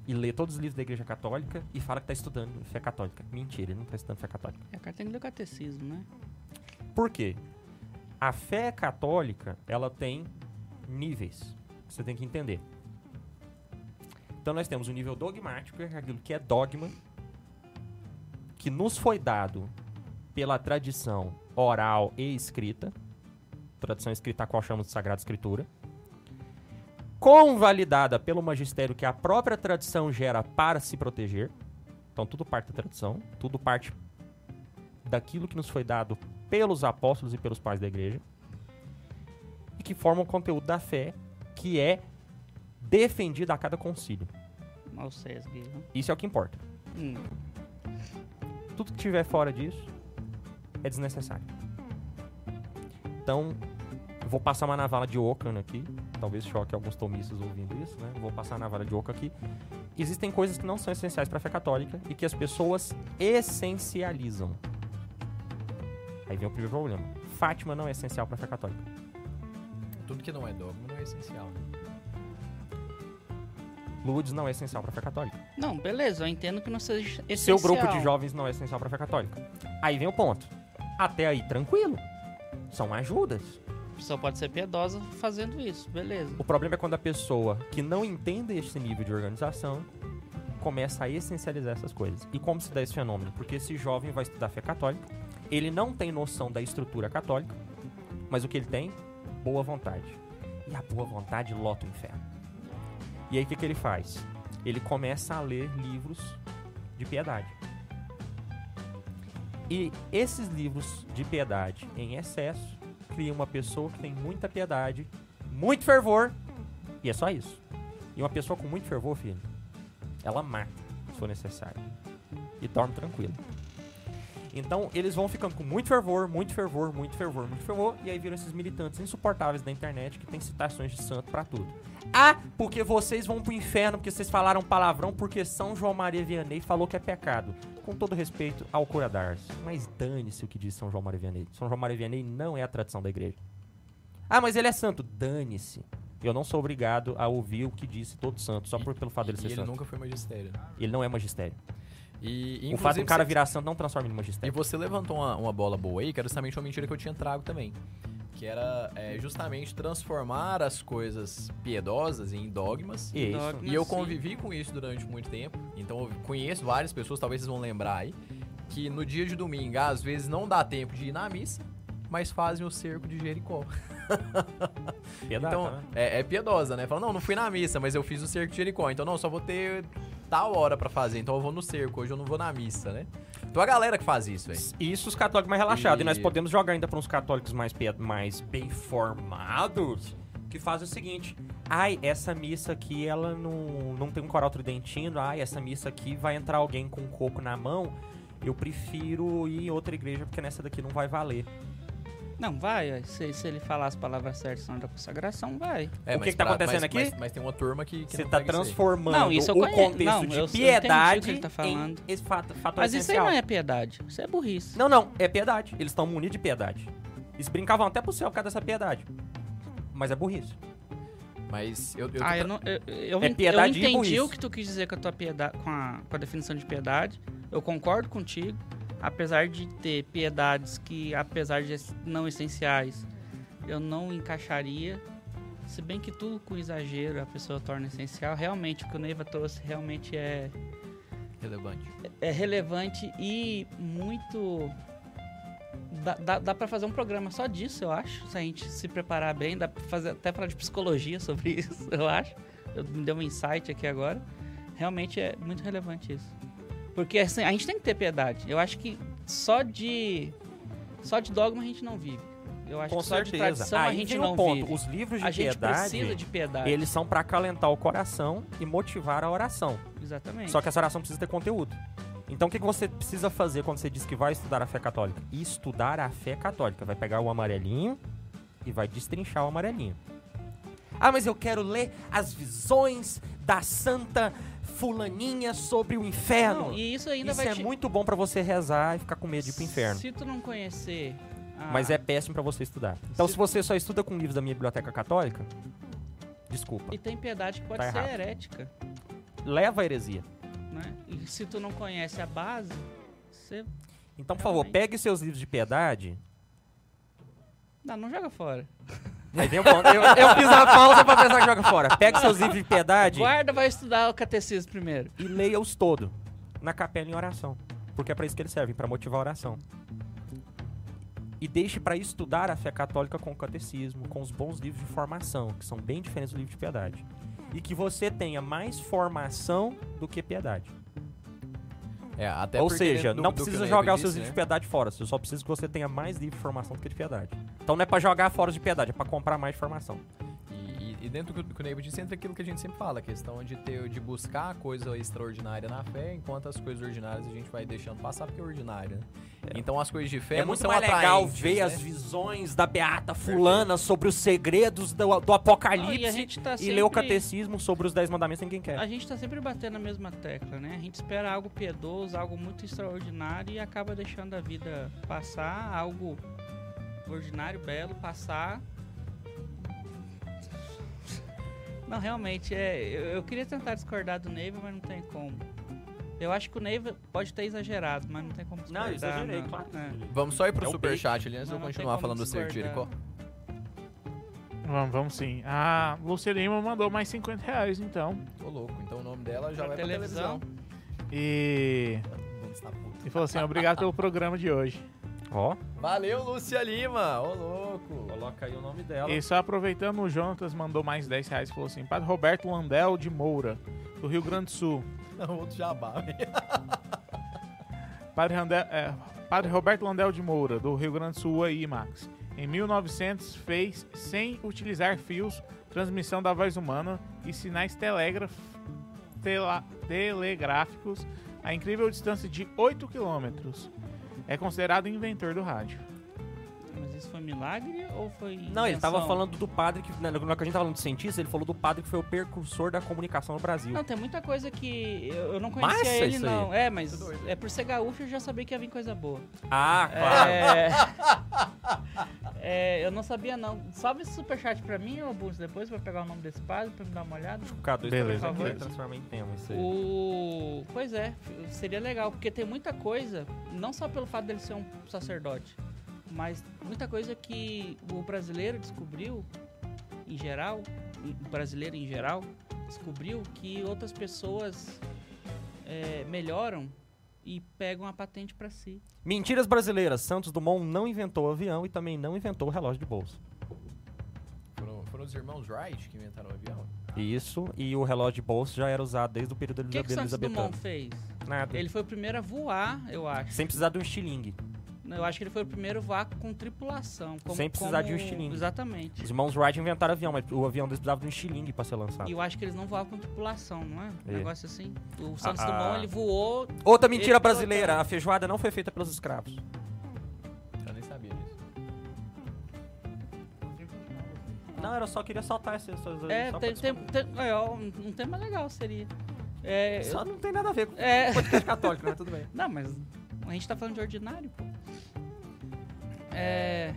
E lê todos os livros da igreja católica e fala que tá estudando fé católica. Mentira, ele não tá estudando fé católica.
É, o cara tem que ler o catecismo, né?
Por quê? A fé católica, ela tem níveis. que Você tem que entender. Então nós temos o nível dogmático, que é aquilo que é dogma, que nos foi dado pela tradição oral e escrita, tradição escrita a qual chamamos de Sagrada Escritura, convalidada pelo magistério que a própria tradição gera para se proteger. Então tudo parte da tradição, tudo parte daquilo que nos foi dado pelos apóstolos e pelos pais da igreja, e que formam o conteúdo da fé que é defendido a cada concílio.
Ao SESG. né?
Isso é o que importa.
Hum.
Tudo que tiver fora disso é desnecessário. Então, vou passar uma navala de Ockham aqui. Talvez choque alguns tomistas ouvindo isso, né? Vou passar a navala de Ockham aqui. Existem coisas que não são essenciais para a fé católica e que as pessoas essencializam. Aí vem o primeiro problema. Fátima não é essencial para a fé católica.
Tudo que não é dogma não é essencial. né?
Lourdes não é essencial para a fé católica.
Não, beleza, eu entendo que não seja
Seu
essencial.
grupo de jovens não é essencial para a fé católica. Aí vem o ponto. Até aí, tranquilo. São ajudas.
Só pode ser piedosa fazendo isso, beleza.
O problema é quando a pessoa que não entende esse nível de organização começa a essencializar essas coisas. E como se dá esse fenômeno? Porque esse jovem vai estudar fé católica, ele não tem noção da estrutura católica, mas o que ele tem? Boa vontade. E a boa vontade lota o inferno. E aí o que, que ele faz? Ele começa a ler livros de piedade. E esses livros de piedade em excesso criam uma pessoa que tem muita piedade, muito fervor, e é só isso. E uma pessoa com muito fervor, filho, ela mata, se for necessário. E dorme tranquilo. Então eles vão ficando com muito fervor, muito fervor, muito fervor, muito fervor, e aí viram esses militantes insuportáveis da internet que tem citações de santo pra tudo. Ah, porque vocês vão pro inferno, porque vocês falaram palavrão, porque São João Maria Vianney falou que é pecado. Com todo respeito ao Cura d'Ars. Mas dane-se o que diz São João Maria Vianney. São João Maria Vianney não é a tradição da igreja. Ah, mas ele é santo. Dane-se. Eu não sou obrigado a ouvir o que disse todo santo, só por, pelo fato dele
E
ser
ele
santo.
nunca foi magistério.
Ele não é magistério.
E,
o fato de
inclusive,
um cara
você-
virar santo não transforma ele em
E
magistério.
você levantou uma, uma bola boa aí, que era justamente uma mentira que eu tinha trago também. Que era é, justamente transformar as coisas piedosas em dogmas.
E é isso.
Dogma,
E eu
sim.
convivi com isso durante muito tempo. Então eu conheço várias pessoas, talvez vocês vão lembrar aí, que no dia de domingo, às vezes não dá tempo de ir na missa, mas fazem o cerco de Jericó.
Piedade,
então,
tá vendo?
é, é piedosa, né? Fala, não, não fui na missa, mas eu fiz o cerco de Jericó. Então, não, só vou ter tal hora pra fazer. Então eu vou no cerco, hoje eu não vou na missa, né? Então a galera que faz isso, velho.
Isso os católicos mais relaxados. E...
E-
nós podemos jogar ainda para uns católicos mais, pe- mais bem formados, que fazem o seguinte. Ai, essa missa aqui, ela não, não tem um coral tridentino. Ai, essa missa aqui vai entrar alguém com um coco na mão. Eu prefiro ir em outra igreja, porque nessa daqui não vai valer.
Não, vai. ó, Se, se ele falar as palavras certas na hora da consagração, vai.
É,
O
mas
que que tá
pra-
acontecendo
mas-
aqui?
Mas, mas tem uma turma que, que
Você
não
tá
pega isso aí.
transformando
Não, isso eu
o
conheço.
contexto
Não, eu- eu
de
entendi o que
piedade
ele tá falando.
em esse fato, fator
Mas isso aí
essencial.
não é piedade. Isso é burrice.
Não, não, é piedade. Eles estão munidos de piedade. Eles brincavam até pro céu por causa dessa piedade. Mas é burrice.
Mas eu, eu tô
ah, eu
tra-
não. Eu, eu,
É
en-
piedade e
eu entendi
burrice.
o que tu quis dizer com a tua piedade, com a, com a definição de piedade. Eu concordo contigo, apesar de ter piedades que, apesar de es- não essenciais, eu não encaixaria. Se bem que tudo com exagero a pessoa torna essencial. Realmente, o que o Neiva trouxe realmente é
relevante.
é relevante e muito. Dá, dá, dá para fazer um programa só disso, eu acho. Se a gente se preparar bem, dá pra fazer até falar de psicologia sobre isso, eu acho. Eu, me deu um insight aqui agora. Realmente é muito relevante isso. Porque assim, a gente tem que ter piedade. Eu acho que só de. Só de dogma a gente não vive. Eu acho
Com
que só de
certeza.
tradição
Aí
a gente
vem
não
um ponto.
vive.
Os livros de
A gente
piedade,
precisa de piedade.
eles são pra acalentar o coração e motivar a oração.
Exatamente.
Só que essa oração precisa ter conteúdo. Então o que que você precisa fazer quando você diz que vai estudar a fé católica? Estudar a fé católica. Vai pegar o amarelinho e vai destrinchar o amarelinho. Ah, mas eu quero ler as visões da santa fulaninha sobre o inferno.
não, e isso ainda
é Isso
vai
é
te-
muito bom pra você rezar e ficar com medo de ir pro inferno.
Se tu não conhecer. a-
Mas é péssimo pra você estudar. Então,
Se-
se você só estuda com livros da minha biblioteca católica, desculpa.
E tem piedade que pode
Tá
ser
errado.
herética,
Leva a heresia.
né? E se tu não conhece a base, você.
Então, por favor,
Realmente.
pegue seus livros de piedade.
Não, não joga fora.
Aí vem o ponto. Eu, eu fiz a pausa pra pensar que joga fora. Pegue seus livros de piedade
Guarda, vai estudar o catecismo primeiro.
e leia-os todo na capela em oração. Porque é pra isso que eles servem, pra motivar a oração. E deixe pra estudar a fé católica com o catecismo, com os bons livros de formação, que são bem diferentes do livro de piedade. E que você tenha mais formação do que piedade.
É, até
Ou
porque
seja,
no-
não
do que o
precisa
Neve
jogar os seus
disse,
livros de
né?
piedade fora. Você só precisa que você tenha mais livro de formação do que de piedade. Então não é pra jogar fora os de piedade, é pra comprar mais formação.
E, e- e dentro do que o- que o Neighbor disse entra aquilo que a gente sempre fala, a questão de ter de buscar a coisa extraordinária na fé, enquanto as coisas ordinárias a gente vai deixando passar porque é ordinária. né? Então as coisas de fé
É,
não
muito
são
mais legal
atraentes,
ver
né?
as visões da beata fulana sobre os segredos do, do apocalipse
Não, e a gente tá
e
sempre-
ler o catecismo sobre os dez mandamentos ninguém quer.
A gente tá sempre batendo a mesma tecla, né? A gente espera algo piedoso, algo muito extraordinário e acaba deixando a vida passar, algo ordinário, belo, passar. Não, realmente, é, eu, eu queria tentar discordar do Neiva, mas não tem como. Eu acho que o Neiva pode ter exagerado, mas não tem como discordar. não. É.
Vamos só ir pro
É o
superchat ali antes de eu
Não, não tem
continuar
como
falando do Cerco de
discordar.
Jericó.
Vamos, vamos sim. A Luciana Lima mandou mais 50 reais, então.
Ô louco, então o nome dela já
Pra
vai pra
televisão.
televisão.
E,
Vamos estar puto.
e falou assim: obrigado pelo programa de hoje.
Ó,
Valeu, Lúcia Lima! Ô louco!
coloca aí o nome dela.
E só aproveitando, o Jonatas mandou mais 10 reais e falou assim: Padre Roberto Landel de Moura, do Rio Grande do Sul.
Não, outro jabá.
Padre, Randel- é, Padre Roberto Landel de Moura, do Rio Grande do Sul aí, Max. Em 1900 fez, sem utilizar fios, transmissão da voz humana e sinais telégraf- tela- telegráficos a incrível distância de 8 quilômetros. é considerado inventor do rádio.
Mas isso foi milagre ou foi.
Não, ele tava
invenção?
falando do padre que. Na na hora que a gente tava falando de cientista, ele falou do padre que foi o precursor da comunicação no Brasil.
Não, tem muita coisa que eu eu não conhecia
Massa
ele,
isso aí. Tá
não. É, mas é por ser gaúcho eu já sabia que ia vir coisa boa.
Ah, claro.
É... É, eu não sabia, não. Salve esse superchat pra mim, ô Búzio, depois pra pegar o nome desse padre, pra me dar uma olhada.
K2
Beleza.
também vai
Beleza. então
transformar em tema isso aí.
O... Pois é, f- seria legal, porque tem muita coisa, não só pelo fato dele ser um sacerdote, mas muita coisa que o brasileiro descobriu, em geral, o brasileiro em geral, descobriu que outras pessoas é, melhoram e pegam a patente pra si.
Mentiras brasileiras. Santos Dumont não inventou o avião e também não inventou o relógio de bolso.
Foram, foram os irmãos Wright que inventaram o avião?
Isso, e o relógio de bolso já era usado desde o período
O que, que o Santos
elizabetano.
Dumont fez?
Nada.
Ele foi o primeiro a voar, eu acho.
Sem precisar de um estilingue.
Eu acho que ele foi o primeiro a voar com tripulação. Como,
Sem precisar de um
como-
estilingue.
Exatamente.
Os irmãos Wright inventaram avião, mas o avião deles precisava de um estilingue pra ser lançado.
E eu acho que eles não voavam com tripulação, não é? Um
É.
negócio assim. O Santos
Ah, ah.
Dumont, ele voou.
Outra mentira
Ele-
brasileira. A feijoada não foi feita pelos escravos.
Eu nem sabia disso.
Não, eu só queria saltar essas... essas
É,
só
tem,
pra-
tem, tem- é, ó, um, um tema legal seria. É.
Só não tem nada a ver com
é
podcast católico, mas tudo bem.
não, mas a gente tá falando de ordinário, pô. É.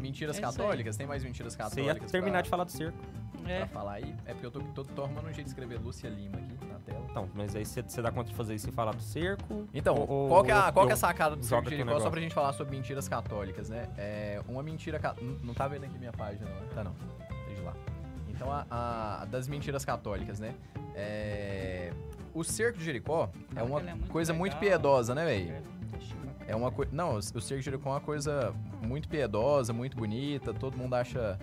Mentiras
É isso aí.
católicas? Tem mais mentiras
Você ia
católicas?
terminar
pra-
de falar do circo.
pra
É.
falar aí. É porque eu tô, tô, tô arrumando um jeito de escrever Lúcia Lima aqui na tela.
Então, mas aí você dá conta de fazer isso e falar do cerco.
Então,
Ou- ou-
qual, que é a,
ou-
qual que é a sacada do
joga
Circo de
com o
Jericó? Só
negócio.
pra gente falar sobre mentiras católicas, né? É, uma mentira... ca- N- Não tá vendo aqui minha página, não. né? Tá, não. Deixa lá. Então, a, a- das mentiras católicas, né? É, o Cerco de Jericó é
Não,
uma
que ela é muito
coisa muito
legal.
piedosa, né, velho?
É.
É uma coisa. Não, o o Circo de Jericó é uma coisa muito piedosa, muito bonita, todo mundo acha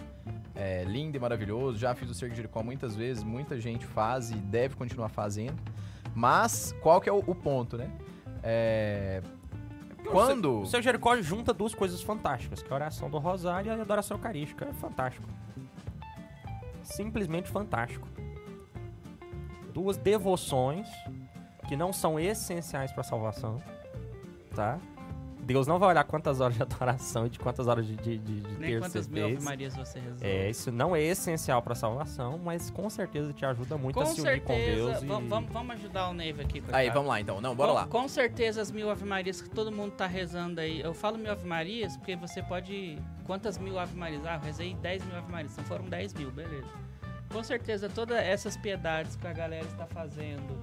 é, lindo e maravilhoso. Já fiz o Circo de Jericó muitas vezes, muita gente faz e deve continuar fazendo. Mas qual que é o, o ponto, né? É, Quando.
O seu Jericó junta duas coisas fantásticas, que é a oração do Rosário e a adoração eucarística. É fantástico. Simplesmente fantástico. Duas devoções que não são essenciais para salvação, tá? Deus não vai olhar quantas horas de adoração e de quantas horas de, de, de, de
Nem
terço você
quantas mil
fez.
Ave Marias você resolve.
É, isso não é essencial para salvação, mas com certeza te ajuda muito
com
a se unir
certeza.
com Deus. e-
vam- Vamos, vamos ajudar o Neiva aqui. Coitado.
Aí, vamos lá então. Não, bora
com,
lá.
Com certeza as mil Ave Marias que todo mundo tá rezando aí. Eu falo mil Ave Marias porque você pode. Quantas mil Ave Marias? Ah, eu rezei 10 mil Ave Marias. Então foram 10 mil, beleza. Com certeza todas essas piedades que a galera está fazendo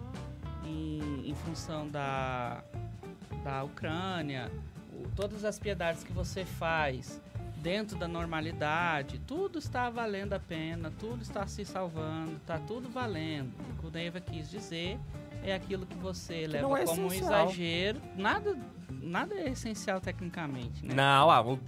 em, em função da, da Ucrânia, o- todas as piedades que você faz dentro da normalidade, tudo está valendo a pena, tudo está se salvando, está tudo valendo. O que o Neiva quis dizer é aquilo que você leva
não é
como um
essencial.
exagero. Nada, nada é essencial tecnicamente, né?
Não, ah, o, ah,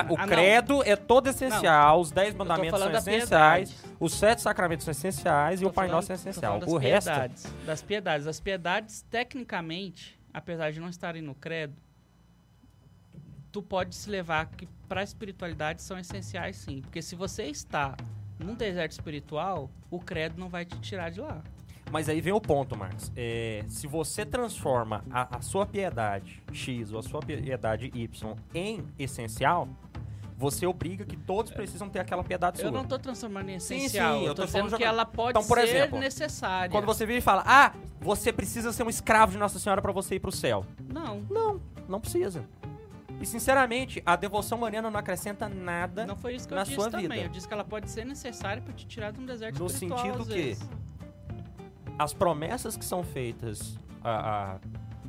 ah, o
Ah, não.
credo é todo essencial, os dez
Eu tô
mandamentos são
falando das
essenciais,
piedades.
os sete sacramentos são essenciais e o
Tô
Pai
falando-
Nosso é
tô
essencial.
falando das
O resto,
piedades, das piedades. As piedades, tecnicamente, apesar de não estarem no credo, tu pode se levar que para a espiritualidade são essenciais sim. Porque se você está num deserto espiritual, o credo não vai te tirar de lá.
mas aí vem o ponto, Marcos. É, se você transforma a, a sua piedade X ou a sua piedade Y em essencial, você obriga que todos precisam ter aquela piedade
É. Eu
sua.
não tô transformando em
Sim,
essencial.
sim, eu
eu tô,
tô
dizendo
falando
que
joga-
ela pode
Então, por
ser
exemplo,
necessária.
Quando você vira e fala, ah, você precisa ser um escravo de Nossa Senhora para você ir pro céu.
Não,
Não precisa. E sinceramente, a devoção mariana não acrescenta nada
não foi isso que eu
né? Na
disse
sua
também.
vida.
Eu disse que ela pode ser necessária para te tirar de um deserto
No
espiritual.
sentido
às
que-
vezes.
as promessas que são feitas a,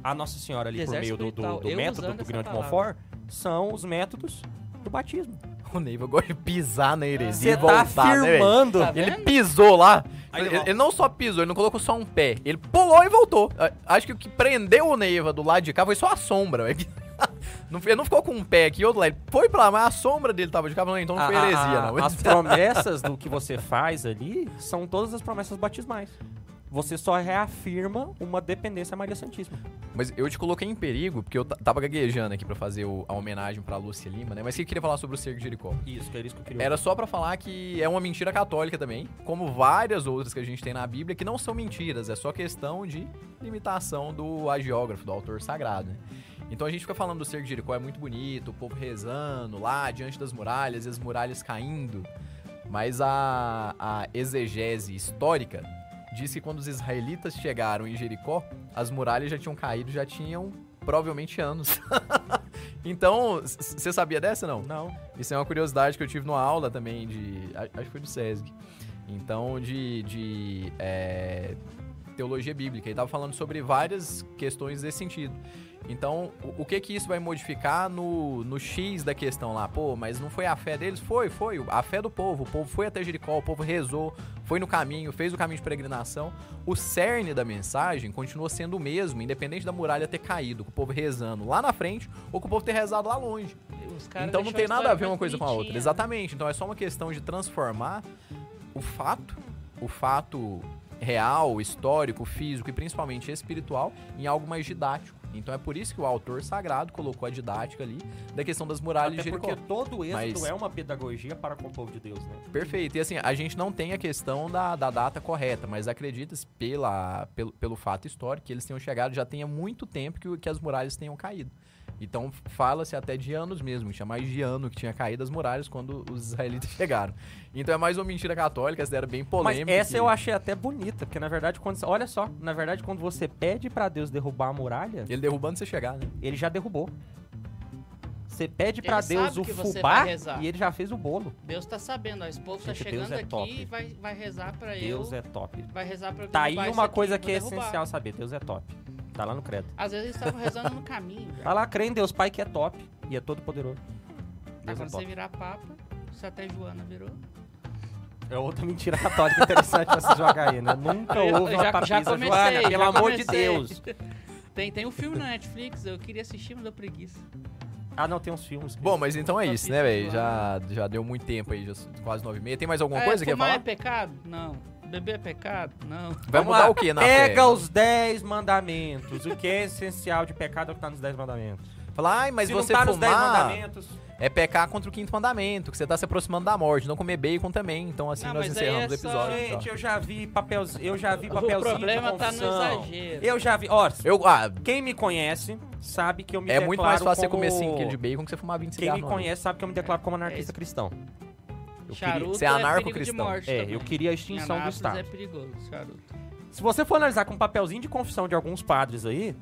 a, a Nossa Senhora ali por
Deserto
meio do, do,
espiritual.
do
Eu
método
usando
do
essa
Grande
palavra.
Monfort são os métodos do batismo.
O Neiva gosta de pisar na heresia
Você
e
tá
voltar, né, velho?
afirmando.
Tá
Ele
vendo?
pisou lá.
Aí ele
Ele,
volta.
ele não só pisou, ele não colocou só um pé. Ele pulou e voltou. A- Acho que o que prendeu o Neiva do lado de cá foi só a sombra. velho. Não, foi- ele não ficou com um pé aqui e outro lá. Ele foi pra lá, mas a sombra dele tava de cá. Falando, então não foi
A- a-
heresia, não. tá.
As promessas do que você faz ali são todas as promessas batismais. Você só reafirma uma dependência à Maria Santíssima.
Mas eu te coloquei em perigo, porque eu ta- tava gaguejando aqui pra fazer o- a homenagem pra Lúcia Lima, né? Mas o que eu queria falar sobre o Cerco de Jericó?
Isso, que era isso que eu queria.
Era só pra falar que é uma mentira católica também, como várias outras que a gente tem na Bíblia, que não são mentiras, é só questão de limitação do agiógrafo, do autor sagrado. né? Então a gente fica falando do Cerco de Jericó, é muito bonito, o povo rezando lá diante das muralhas e as muralhas caindo. Mas a, a exegese histórica diz que quando os israelitas chegaram em Jericó, as muralhas já tinham caído, já tinham provavelmente anos. então, s- s- você sabia dessa não?
Não.
Isso é uma curiosidade que eu tive numa aula também de. a- Acho que foi do SESG. Então, de. de é, teologia bíblica. E tava falando sobre várias questões desse sentido. Então, o, o que que isso vai modificar no, no X da questão lá? Pô, mas não foi a fé deles? Foi, foi. A fé do povo. O povo foi até Jericó, o povo rezou, foi no caminho, fez o caminho de peregrinação. O cerne da mensagem continua sendo o mesmo, independente da muralha ter caído, com o povo rezando lá na frente ou com o povo ter rezado lá longe
Os caras
então não
deixaram
tem nada
história
a ver uma
mais
coisa com a outra.
bonitinha. né?
Exatamente. Então é só uma questão de transformar o fato, o fato real, histórico, físico e principalmente espiritual em algo mais didático. Então é por isso que o autor sagrado colocou a didática ali da questão das muralhas
Até
de Jericó.
porque todo êxodo
Mas-
é uma pedagogia para com o povo de Deus, né?
Perfeito. E assim, a gente não tem a questão da, da data correta, mas acredita-se pela, pelo, pelo fato histórico que eles tenham chegado já tenha muito tempo que, o- que as muralhas tenham caído. Então fala-se até de anos mesmo, tinha mais de ano que tinha caído as muralhas quando os israelitas chegaram. Então é mais uma mentira católica, essa era bem polêmica.
Mas essa
que-
eu achei até bonita, porque na verdade, quando. Olha só, na verdade, quando você pede pra Deus derrubar a muralha,
Ele derrubando você chegar, né?
ele já derrubou. Você pede pra
Ele
Deus
sabe
o
que você
fubá
vai rezar.
e ele já fez o bolo.
Deus tá sabendo, ó. Esse povo tá
Gente,
chegando
Deus é
aqui
top.
e vai, vai rezar pra
Deus
eu.
é top.
Vai rezar pra eu
Tá aí
derrubar
uma
isso
coisa
aqui,
que é
vou derrubar.
essencial saber: Deus é top. Tá lá no credo.
Às vezes eles estavam rezando no caminho. velho.
Tá lá, crê em Deus Pai que é top e é todo poderoso.
Tá,
Deus é
quando você
top.
virar papa, se até Joana virou.
É outra mentira católica interessante pra se jogar aí, né? Nunca
Eu-
houve
eu
uma
já- já
papisa,
comecei,
Joana,
já
pelo amor de
comecei.
Deus.
Tem, tem um filme na Netflix, eu queria assistir, mas deu preguiça.
Ah, não, tem uns filmes.
Bom, mas então é
Tá
isso, né, velho? Já,
abençoado.
já deu muito tempo aí, já s- quase nove e meia. Tem mais alguma
É,
coisa que quer
fumar
falar?
é pecado? Não. Beber é pecado? Não.
Vai
Vamos
mudar
lá.
o que na
Pega
fé?
os 10 mandamentos. O que é essencial de pecado é o que tá nos 10 mandamentos.
Falar, ai, mas
Se
você
não tá nos 10
fumar...
mandamentos.
É pecar contra o quinto mandamento, que você tá se aproximando da morte, não comer bacon também. Então assim
Ah,
Não,
nós
mas aí é
encerramos o
só-
episódio. então.
Gente,
tchau.
eu já vi papelzinho, eu já vi
O
papelzinho.
problema
de
tá no
confissão.
exagero.
Eu já vi, ó,
eu, ah,
quem me conhece sabe que eu me
é muito mais
declaro
fácil
como...
você comer 5 quilos de né? bacon que você fumar 20
Quem
cigarros.
me
no ano.
conhece sabe que eu me declaro como
É isso.
anarquista cristão. Eu
charuto
Você é
é, perigo de
anarco-cristão.
morte
queria... É,
também.
eu queria a
Em
extinção do
Anápolis
Estado.
é perigoso, charuto.
Se você for analisar com um papelzinho de confissão de alguns padres aí,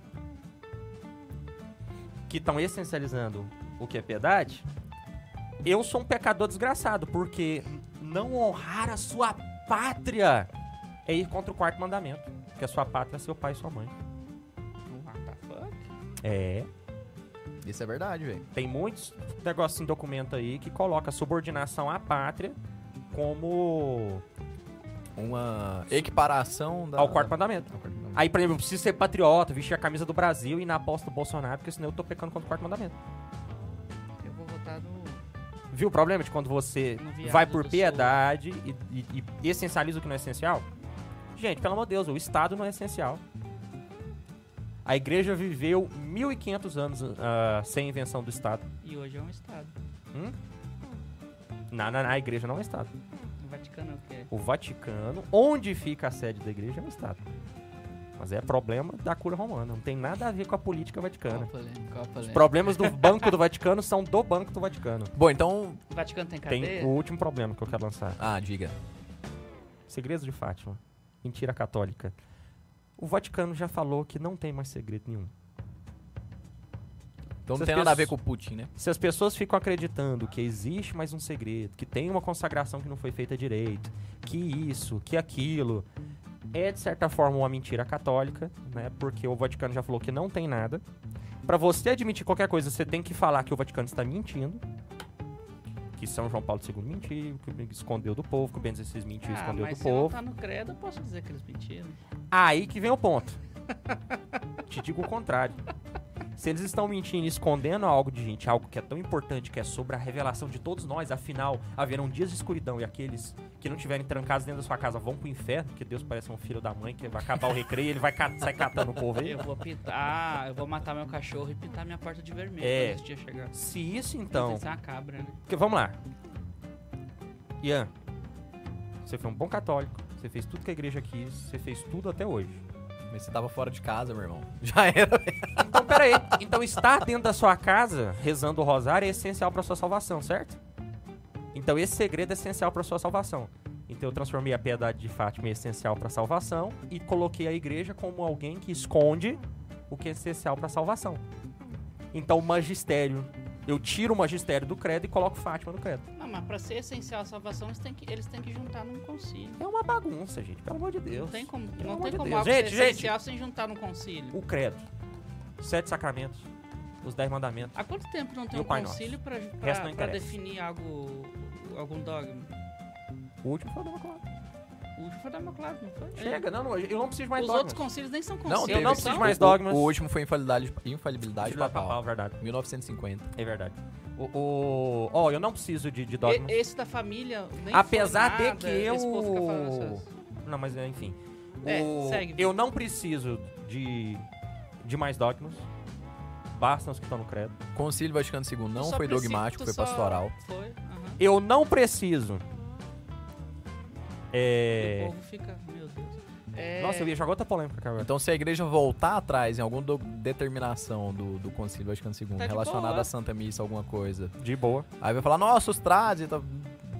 que estão essencializando o que é piedade, eu sou um pecador desgraçado, porque não honrar a sua pátria é ir contra o quarto mandamento, que a sua pátria é seu pai e sua mãe.
What the fuck?
É.
Isso é verdade, velho.
Tem muitos negócios em documento aí que coloca subordinação à pátria como
Uma equiparação da.
ao
Ah.
quarto mandamento.
Ao quarto mandamento.
Aí, por exemplo, eu preciso ser patriota, vestir a camisa do Brasil e ir na aposta do Bolsonaro, porque senão eu tô pecando contra o quarto mandamento.
Eu vou votar no.
Viu o problema de quando você
No viado
vai por
do
piedade e, e- e essencializa o que não é essencial? Gente, pelo amor de Deus, o Estado não é essencial. A igreja viveu 1.500 anos ah, sem invenção do Estado.
E hoje é um Estado.
Na, na, na, a igreja não é Estado.
O Vaticano é o quê?
O Vaticano, onde fica a sede da igreja, é um Estado. Mas é problema da cura romana, não tem nada a ver com a política vaticana.
É.
Os problemas do Banco do Vaticano são do Banco do Vaticano.
Bom, então.
O Vaticano tem cadeia?
Tem o último problema que eu quero lançar.
Ah, diga.
Segredos de Fátima. Mentira católica. O Vaticano já falou que não tem mais segredo nenhum.
Então não
Essas
tem nada a ver
pessoas-
com o Putin, né?
Se as pessoas ficam acreditando que existe mais um segredo, que tem uma consagração que não foi feita direito, que isso, que aquilo, é de certa forma uma mentira católica, né? Porque o Vaticano já falou que não tem nada. Pra você admitir qualquer coisa, você tem que falar que o Vaticano está mentindo. Que São João Paulo II mentiu, que o escondeu do povo, que o Bento XVI mentiu e
Ah,
escondeu
mas
do
se não
povo.
tá no credo, eu posso dizer que eles mentiram.
Aí que vem o ponto. Te digo o contrário. Se eles estão mentindo e escondendo algo de gente, algo que é tão importante, que é sobre a revelação de todos nós, afinal, haverão dias de escuridão e aqueles que não tiverem trancados dentro da sua casa vão pro inferno, porque Deus parece um filho da mãe que vai acabar o recreio e ele vai ca- sair catando o povo aí.
Eu vou pintar, ah, eu vou matar meu cachorro e pintar minha porta de vermelho
É.
quando esse dia chegar.
Se isso
Tem
então.
que ser uma cabra, né?
Porque, vamos lá. Ian, você foi um bom católico, você fez tudo que a igreja quis, você fez tudo até hoje.
Mas você tava fora de casa, meu irmão. Já era.
Então, peraí. Então, estar dentro da sua casa, rezando o rosário, é essencial pra sua salvação, certo? Então, esse segredo é essencial pra sua salvação. Então, eu transformei a piedade de Fátima em essencial pra salvação e coloquei a igreja como alguém que esconde o que é essencial pra salvação. Então, o magistério. Eu tiro o magistério do credo e coloco Fátima no credo.
Não, mas pra ser essencial a salvação, eles têm que, eles têm que juntar num concílio.
É uma bagunça, gente. Pelo amor de Deus.
Não tem como,
Pelo
não
amor
tem
de
como
Deus.
algo
Gente,
ser
gente.
essencial sem juntar num concílio.
O credo. Sete sacramentos. Os dez mandamentos.
Há quanto tempo não tem
E o
um
Pai Nosso?
concílio pra, pra-
Resto não
pra
interessa.
definir algo, algum dogma?
O último foi o democrático.
O último foi democrático, não foi?
Chega, não, não, eu não preciso mais
É. Os
dogmas.
outros concílios nem são
Não,
concílios.
teve
não
esse-
preciso
são?
mais
o-
dogmas.
O último foi infalibilidade, infalibilidade
Filho da
papal.
papal, verdade.
1950.
É verdade. O, o- ó, eu não preciso de, de
E-
dogmas.
Esse da família nem
Apesar
foi
de
nada,
que eu-
Esse povo fica falando essas-
Não, mas é, enfim.
É,
O-
segue.
Eu não preciso de, de mais dogmas. Bastam os que estão no credo.
Concílio Vaticano II
Tu
não
só
foi
precisa-
dogmático,
tu
foi
só-
pastoral.
Foi, aham.
Eu não preciso.
E O
É.
povo fica, meu Deus. É,
Nossa, eu ia jogar outra polêmica, cara.
Então, se a igreja voltar atrás em alguma do- determinação do, do Concílio Vaticano II
Tá de
relacionada
boa.
à Santa Missa, alguma coisa,
De boa.
aí vai falar, nossa, os trades. tá-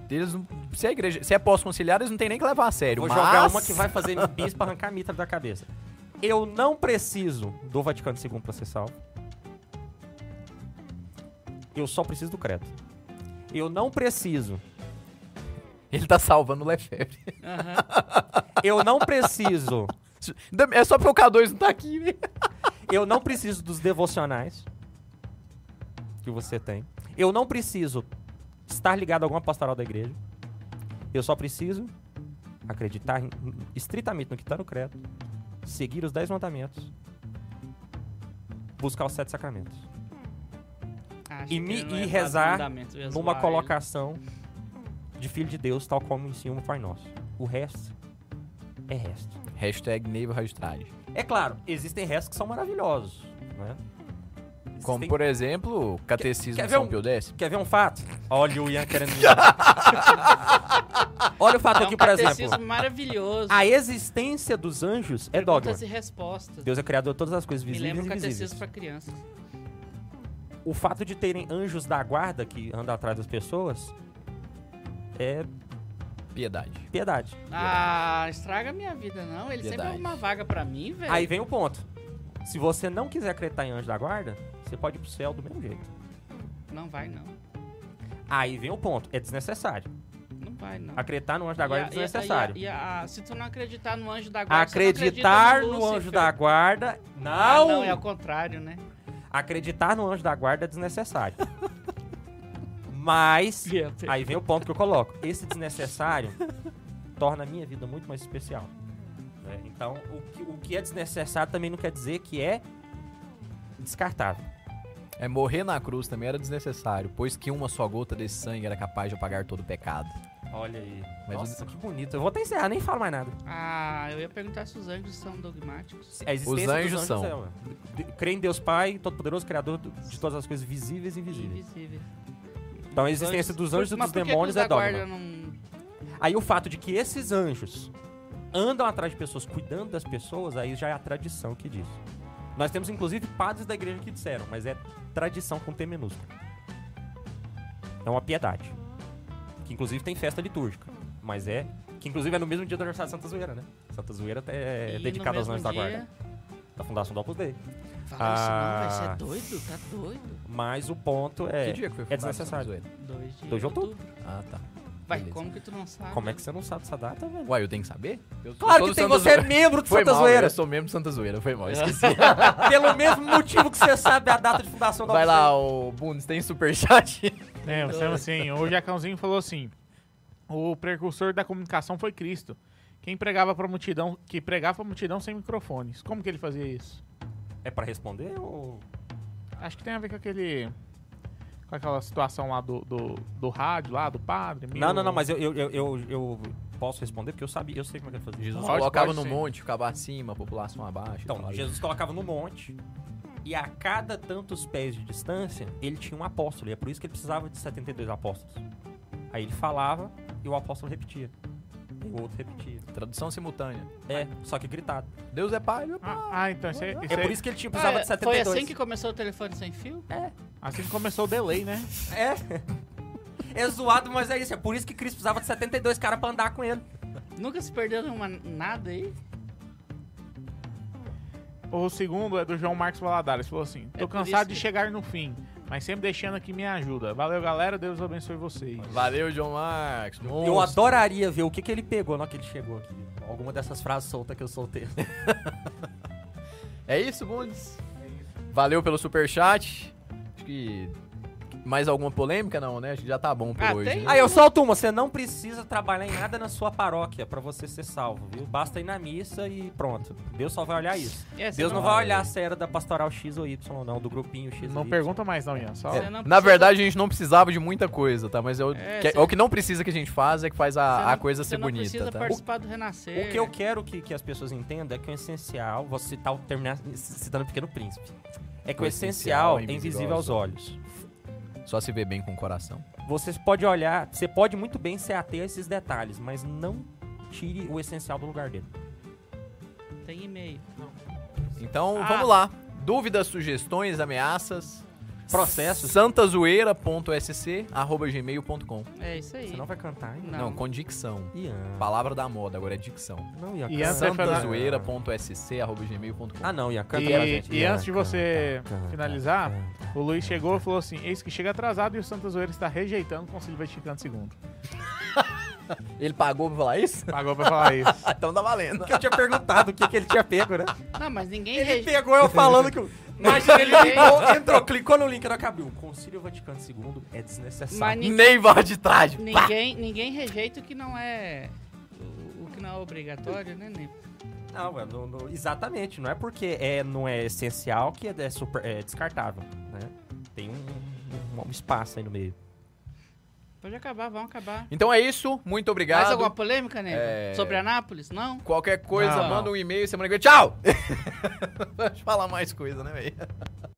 Eles, não- se a igreja. Se é pós-conciliar, eles não tem nem que levar a sério.
Vou
mas...
jogar uma que vai fazer meu bispo arrancar a mitra da cabeça. Eu não preciso do Vaticano II pra ser salvo. Eu só preciso do credo. Eu não preciso.
Ele tá salvando o Lefebvre.
aham.
Eu não preciso.
É só porque o K2 não tá aqui, né?
Eu não preciso dos devocionais que você tem. Eu não preciso estar ligado a alguma pastoral da igreja. Eu só preciso acreditar em- estritamente no que está no credo, seguir os dez mandamentos, buscar os sete sacramentos.
Acho
E
que
me-
não
e
é pra
rezar
fundamento, eu ia
numa
zoar
colocação de filho de Deus, tal como ensina o Pai Nosso. O resto é resto.
Hashtag Neiva Rastrade.
É claro, existem restos que são maravilhosos, né?
Como,
Existem-
por exemplo, o Catecismo
Quer- quer
de
ver
São
um-
Pio X.
Quer ver um fato? Olha o Ian querendo me Olha o fato
ele. É um
aqui, por
catecismo
exemplo.
maravilhoso.
A existência dos anjos é dogma.
Perguntas e respostas.
Deus é criador de todas as coisas
Me
visíveis e
lembra o
invisíveis.
catecismo pra crianças.
O fato de terem anjos da guarda que andam atrás das pessoas é
Piedade.
piedade.
Ah, estraga minha vida, não. Ele sempre
Piedade.
arruma uma vaga pra mim, velho.
Aí vem o ponto. Se você não quiser acreditar em anjo da guarda, você pode ir pro céu do mesmo jeito.
Não vai, não.
Aí vem o ponto. É desnecessário.
Não vai, não.
Acreditar no anjo da guarda é desnecessário.
E a- e a- se tu não acreditar no anjo da guarda,
Acreditar
você não acredita
no anjo
Lúcifer.
da guarda. Não!
Ah, não, é ao contrário, né?
Acreditar no anjo da guarda é desnecessário. Mas,
Ah,
aí vem o ponto que eu coloco. Esse desnecessário torna a minha vida muito mais especial. né? Então, o que, o que é desnecessário também não quer dizer que é descartável.
É, morrer na cruz também era desnecessário, pois que uma só gota desse sangue era capaz de apagar todo o pecado.
Olha aí.
Mas
Nossa, que bonito. Eu vou até encerrar, nem falo mais nada.
Ah, eu ia perguntar se os anjos são dogmáticos.
A existência
Os anjos
dos
são.
é uma- de- Crê em Deus Pai, Todo-Poderoso, Criador do- de todas as coisas visíveis e invisíveis.
Invisíveis.
Então, a existência dos anjos e dos
Mas por que que
demônios
os da
é dogma.
guarda não-
Aí o fato de que esses anjos andam atrás de pessoas, cuidando das pessoas, aí já é a tradição que diz. Nós temos inclusive padres da igreja que disseram, mas é tradição com T minúsculo. É uma piedade. Que inclusive tem festa litúrgica. Mas é. Que inclusive é no mesmo dia do aniversário de Santa Zoeira, né? Santa Zoeira é
E no
dedicada aos
mesmo
anjos da
dia-
guarda. Da fundação do Opus Dei.
Fala isso não, velho. Você
Ah.
é doido? Tá doido?
Mas o ponto é.
que dia que foi
é
fundado
desnecessário.
São Josué?
Dois de,
Dois de outubro.
Ah, tá.
Vai,
Beleza.
como que tu não sabe?
Como é que você não sabe dessa data, velho?
Uai, eu tenho que saber? Eu sou
Claro
todo
que tem,
Santa
você é
Zoeira.
membro de
Foi
Santa
mal, né?
Zoeira.
eu sou mesmo de Santa Zoeira, foi
É.
mal, esqueci.
Pelo mesmo motivo que você sabe a data de fundação da
Vai
Opus Dei.
lá, o Bundes, tem superchat?
É, você
Doido.
assim, o Jacãozinho falou assim: o precursor da comunicação foi Cristo. Quem pregava pra multidão, que pregava pra multidão sem microfones. Como que ele fazia isso?
É pra responder ou.
Acho que tem a ver com aquele. Com aquela situação lá do, do, do rádio, lá, do padre.
Não,
meu-
não, não, mas eu, eu, eu, eu, eu posso responder porque eu sabia, eu sei como é que ele fazia.
Jesus
Pode,
colocava
pode
no
ser.
monte, ficava acima, a população abaixo.
Então,
tal.
Jesus colocava no monte e a cada tantos pés de distância ele tinha um apóstolo. E é por isso que ele precisava de 72 apóstolos. Aí ele falava e o apóstolo repetia. O outro repetia.
Tradução simultânea.
É, só que gritado.
Deus é pai.
Ah, ah, então isso aí.
É por isso que ele tinha precisava
Ah,
de
foi
72.
assim que começou o telefone sem fio?
Assim que começou o delay, né?
É. É zoado, mas é isso. É por isso que Chris precisava de 72 caras pra andar com ele.
Nunca se perdeu nenhuma nada aí?
O segundo é do João Marcos Valadares. Falou assim:
É
Tô
por
cansado
isso
de
que-
chegar no fim, mas sempre deixando aqui minha ajuda. Valeu, galera. Deus abençoe vocês.
Valeu, John Marx.
Eu adoraria ver o que, que ele pegou na hora que ele chegou aqui. Alguma dessas frases soltas que eu soltei.
É isso, Bundes? Valeu pelo superchat. Acho que. Mais alguma polêmica, não, né? Acho que já tá bom por
Ah,
hoje.
tem?
né?
Aí eu solto uma. Você não precisa trabalhar em nada na sua paróquia pra você ser salvo, viu? Basta ir na missa e pronto. Deus só vai olhar isso.
É, você
Deus não
vai
vai olhar se era da pastoral X ou Y, não, do grupinho X ou
Não
Y.
pergunta mais, não, Ian. Só.
você
É,
não
Na
precisa-
verdade, a gente não precisava de muita coisa, tá? Mas é o,
É,
que, é
cê-
o que não precisa que a gente faz é que faz
você
a,
não-
a coisa
você
ser
não precisa
bonita, tá?
participar do Renascer.
O que eu quero que, que as pessoas entendam é que o essencial, vou citar o terminar citando o Pequeno Príncipe, é que o, essencial, é invisível aos olhos.
Só se vê bem com o coração.
Você pode olhar, você pode muito bem se ater a esses detalhes, mas não tire o essencial do lugar dele.
Tem e-mail.
Então,
Ah.
vamos lá. Dúvidas, sugestões, ameaças.
Processos.
santazoeira.sc@gmail.com.
É isso aí.
Você não vai cantar, hein?
Não, com dicção.
Ian.
Palavra da moda, agora é dicção.
Não, Ian.
Ian,
canta.
você foi lá-
santazoeira.sc@gmail.com.
Ah, não, Ian, canta
E-
pra gente.
e
Ian,
antes de você
canta, canta,
finalizar,
canta.
O Luiz chegou e falou assim: Eis que chega atrasado e o Santa Zoeira está rejeitando o Conselho Vaticano II.
Ele pagou pra falar isso?
Pagou pra falar isso.
Ah, então tá valendo.
Que eu tinha perguntado o que, que ele tinha pego, né?
Não, mas ninguém
Ele
rejeita.
pegou eu falando que. eu- Imagina, ele ligou, entrou, clicou no link e não acabou. O Concílio Vaticano II é
Mas
desnecessário.
ninguém,
Nem vá de trás.
ninguém, ninguém rejeita o que não é. o- O que não é obrigatório, né, Nipo?
Não, ué, não, não- exatamente. Não é porque é, não é essencial que é, é super, é descartável, né? Tem um, um- um espaço aí no meio.
Pode acabar, vamos acabar.
Então é isso. Muito obrigado.
Mais alguma polêmica, Nipo?
É.
Sobre Anápolis? Não?
Qualquer coisa,
Não.
manda um e-mail semana que vem. Tchau! Pode falar mais coisa, né, velho?